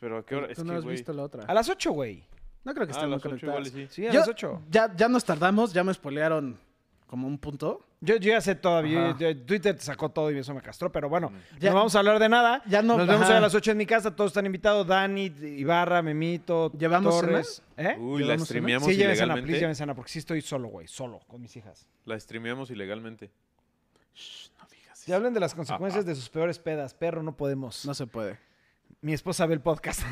D: ¿Pero a qué hora? Es
B: Tú no
D: que,
B: has
D: güey,
B: visto la otra.
A: A las 8, güey.
B: No creo que
D: Ah, a
B: estén muy
D: las ocho igual
B: conectadas.
D: y sí.
A: Sí, a
B: Yo-
A: las 8.
B: Ya, ya nos tardamos, ya me spoilearon como un punto.
A: Yo, yo ya sé todavía.
B: Ajá. Mm.
A: Twitter sacó todo y eso me castró, pero bueno,
B: Ya-
A: no vamos a hablar de nada.
B: Ya no-
A: Nos vemos
B: ajá.
A: hoy a las 8 en mi casa. Todos están invitados. Dani, Ibarra, Memito,
B: ¿Llevamos
A: Torres. ¿Eh?
B: ¿Llevamos
D: Uy, la
B: una?
D: streameamos
A: Sí, llévense a please,
D: Uh, ilegalmente.
A: llévense a porque sí estoy solo, güey. Solo, con mis hijas.
D: La streameamos ilegalmente.
A: Si hablen de las consecuencias de sus peores pedas, perro, no podemos.
B: No se puede.
A: Mi esposa ve el podcast.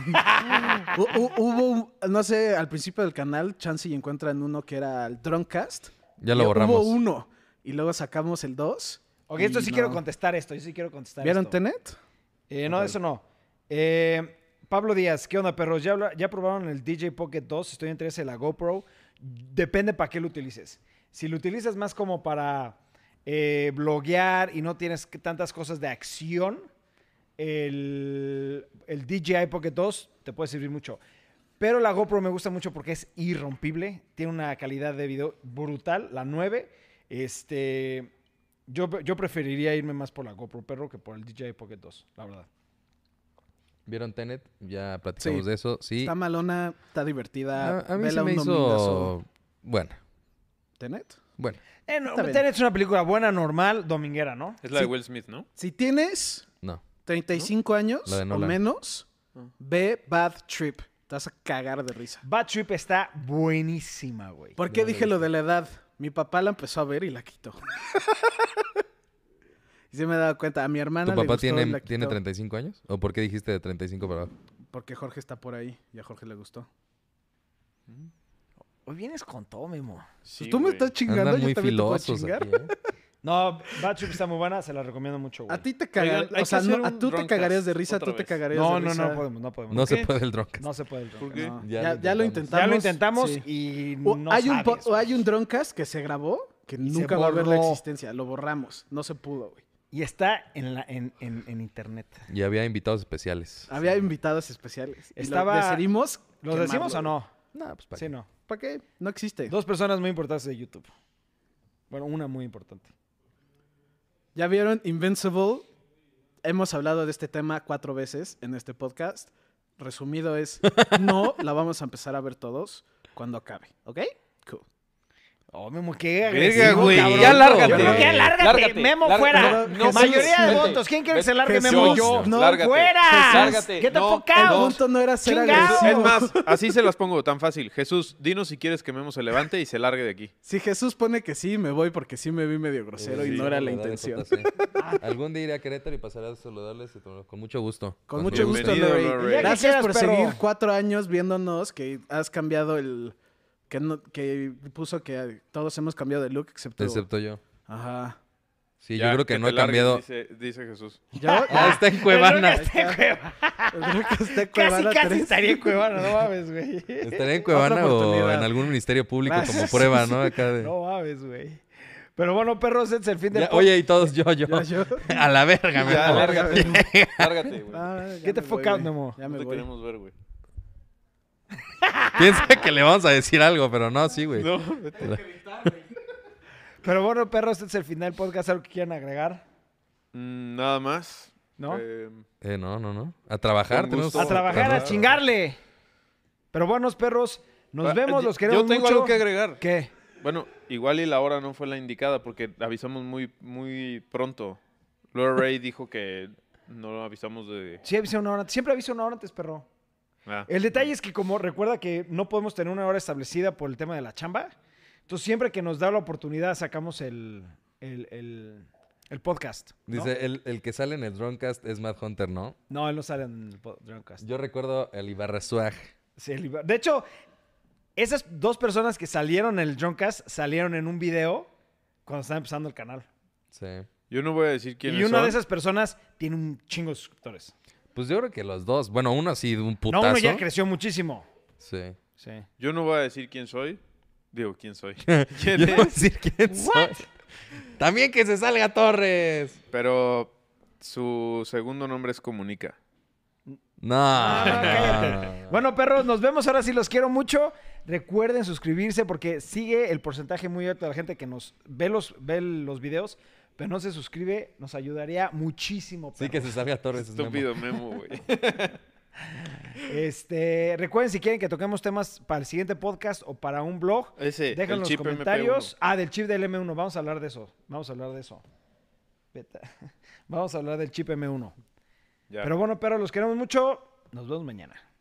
B: Hu- hu- hubo, un- no sé, al principio del canal, Chansey encuentran uno que era el Drunkcast.
C: Ya lo
B: Y
C: borramos.
B: Hubo uno. Y luego sacamos el 2.
A: ok, esto sí quiero contestar esto. Yo sí quiero contestar
B: ¿Vieron
A: esto.
B: Tenet?
A: Eh, no, eso no. Eh, Pablo Díaz, ¿qué onda, perros? ¿Ya, habla- ya probaron el DJ Pocket 2? Estoy entre ese y la GoPro. Depende para qué lo utilices. Si lo utilizas más como para eh, bloguear y no tienes que- tantas cosas de acción, el, el DJI Pocket 2 te puede servir mucho. Pero la GoPro me gusta mucho porque es irrompible. Tiene una calidad de video brutal, la 9. Este, yo, yo preferiría irme más por la GoPro Perro que por el DJI Pocket 2, la verdad.
C: ¿Vieron Tenet? Ya platicamos
B: Sí.
C: de eso. Sí.
B: Está malona, está divertida.
C: A, a mí se
B: Vela
C: me
B: un domingazo.
C: hizo... Bueno,
B: ¿Tenet?
C: bueno.
A: Eh, no,
B: Está bien.
A: Tenet es una película buena, normal, dominguera, ¿no?
D: Es la de
B: Sí. Pues
D: Will Smith, ¿no?
B: Si tienes
C: No.
B: 35 años
C: La de
B: o
C: Nolan.
B: menos,
A: Ah.
B: ve Bad Trip. Te vas a cagar de risa.
A: Bad Trip está buenísima, güey.
B: ¿Por qué dije lo de la edad? Mi papá la empezó a ver y la quitó. y se me he dado cuenta. A mi hermana
C: ¿Tu
B: le
C: papá
B: gustó y
C: tiene,
B: la
C: tiene
B: quitó.
C: 35 años? ¿O por qué dijiste de 35 para abajo?
B: Porque Jorge está por ahí y a Jorge le gustó.
A: Hoy vienes con todo, Memo.
D: Sí,
B: Pues tú me
D: güey.
B: estás chingando,
C: Andan
B: yo
C: muy
B: también te puedo
C: filosos
B: chingar.
C: aquí, ¿eh?
A: No, Bad Trip está muy buena, se la recomiendo mucho, güey.
B: A ti te cagar,
D: Oigan, hay
B: o sea,
D: que hacer
B: no, a
D: un
B: tú te
D: Droncast
B: cagarías de risa,
D: otra
B: tú te
D: vez.
B: cagarías
A: No,
B: de
A: no,
B: risa.
A: no podemos, no podemos.
C: No se
D: qué?
C: puede el Dronecast.
A: No se puede. el
D: ¿Por
A: tronco.
D: qué?
B: No,
C: Ya
B: Ya,
C: lo
B: ya lo
C: intentamos.
B: intentamos.
A: Ya lo intentamos
B: sí.
A: y
B: O-
A: no
B: hay, un po-
A: sabes,
B: o
A: güey.
B: hay un Droncast que se grabó que nunca va a ver la
A: borró.
B: existencia. Lo borramos. No se pudo, güey.
A: Y está en, la, en, en- en internet.
C: Y había invitados especiales.
B: Había invitados especiales. y lo
A: Estaba-
B: decidimos.
A: ¿Los decimos o
B: quemarlo.
A: no?
C: No, pues para
A: Sí, no.
B: ¿Para qué? No existe.
A: Dos personas muy importantes de YouTube. Bueno, una muy importante.
B: Ya vieron Invincible. Hemos hablado de este tema cuatro veces en este podcast. Resumido es, no la vamos a empezar a ver todos cuando acabe. ¿Ok? Cool.
A: Oh, Memo, qué agresivo,
D: güey,
A: cabrón.
D: ya lárgate.
A: Yo creo que ya lárgate.
F: Lárgate,
A: Memo
F: lárgate.
A: fuera.
B: No, no,
A: Mayoría de
B: Jesús,
A: votos. ¿Quién quiere que se largue
B: Jesús,
A: Memo? Yo.
B: no,
D: lárgate.
A: ¡Fuera!
F: Lárgate.
A: ¡Get the
D: No,
A: fuck out!
B: El punto no era ser
A: Chingao.
B: agresivo.
D: Es más, así se las pongo tan fácil. Jesús, dinos si quieres que Memo se levante y se largue de aquí.
B: Si Jesús pone que sí, me voy porque sí me vi medio grosero y no era la intención.
C: Algún día iré a Querétaro y pasaré a saludarles y todo, con mucho gusto.
B: Con mucho gusto,
D: Bienvenido,
B: Lorey.
D: Lorey.
A: Ya
B: Gracias
A: quisieras,
B: por
A: perro.
B: seguir cuatro años viéndonos, que has cambiado el... Que, no- que puso que todos hemos cambiado de look, excepto...
C: Excepto yo.
B: Ajá.
C: Sí,
D: Ya,
C: yo creo que,
D: que
C: no
D: te
C: he
D: largues,
C: cambiado.
D: Dice, dice Jesús.
B: Yo...
C: Ah, está en Cuevana.
A: Pero no, ya está en Cuevana.
B: Creo que está
A: Casi,
B: en Cuevana
A: casi
B: tres.
A: estaría en Cuevana, no mames, güey.
C: Estaré en Cuevana o
B: oportunidad.
C: en algún ministerio público
B: Ah,
C: como
B: sí,
C: prueba, ¿no? Acá de-
A: No mames, güey. Pero bueno, perros, es el fin del
C: Ya,
A: podcast.
C: oye, y todos yo, yo.
B: Ya, yo-
C: A la verga, me
D: Ya,
C: voy.
D: lárgate. lárgate, güey.
B: Ah, ya
A: Get the
B: me
A: fuck
B: voy,
A: out,
B: güey.
A: Memo.
B: Ya
D: no
B: me
D: te
B: voy.
D: queremos ver, güey.
C: Piensa que le vamos a decir algo, pero no, sí, güey.
D: No,
A: Pero bueno, perros, es el final del podcast. ¿Algo que quieran agregar?
D: Mm, nada más.
A: ¿No?
D: Eh,
C: Eh, no, no, no. A trabajar.
D: Con gusto.
A: a
C: tenemos-
A: trabajar, a
D: Claro.
A: chingarle. Pero buenos perros, nos
D: Ah,
A: vemos,
D: yo-
A: los queremos
D: Yo tengo
A: mucho.
D: algo que agregar.
A: ¿Qué?
D: Bueno, igual y la hora no fue la indicada porque avisamos muy, muy pronto. Laura Ray dijo que no lo avisamos de...
A: Sí, avisa una hora antes. Siempre avisa una hora antes, perro.
D: Ah.
A: El detalle es que como recuerda que no podemos tener una hora establecida por el tema de la chamba, entonces siempre que nos da la oportunidad sacamos el, el, el- el podcast. ¿no?
C: Dice, el, el que sale en el Dronecast es Matt Hunter, ¿no?
A: No, él no sale en el po- Dronecast.
C: Yo recuerdo el Ibarra Swag.
A: Sí, él iba- De hecho, esas dos personas que salieron en el Dronecast salieron en un video cuando estaba empezando el canal.
C: Sí.
D: Yo no voy a decir quiénes
A: Y una
D: son.
A: de esas personas tiene un chingo de suscriptores.
C: Pues yo creo que los dos. Bueno, uno así de un
A: No,
C: putazo.
A: uno ya creció muchísimo.
C: Sí.
A: Sí.
D: Yo no voy a decir quién soy. Digo, quién soy.
C: Yo
D: ¿Quién
C: no voy a
D: es?
C: decir quién soy. También que se salga Torres.
D: Pero su segundo nombre es Comunica.
C: No.
A: Ah, cállate. Bueno, perros, nos vemos. Ahora sí los quiero mucho. Recuerden suscribirse porque sigue el porcentaje muy alto de la gente que nos ve los, ve los videos, pero no se suscribe. Nos ayudaría muchísimo.
C: Sí, que
A: perros.
C: se salga Torres. es Memo.
D: Estúpido memo, güey.
A: Este, recuerden si quieren que toquemos temas para el siguiente podcast o para un blog.
D: Ese,
A: Déjenlo en
D: el
A: los
D: chip
A: comentarios.
D: MP1.
A: Ah, del chip del M1. Vamos a hablar de eso. Vamos a hablar de eso. Vete. Vamos a hablar del chip M1.
D: Ya.
A: Pero bueno, pero los queremos mucho. Nos vemos mañana.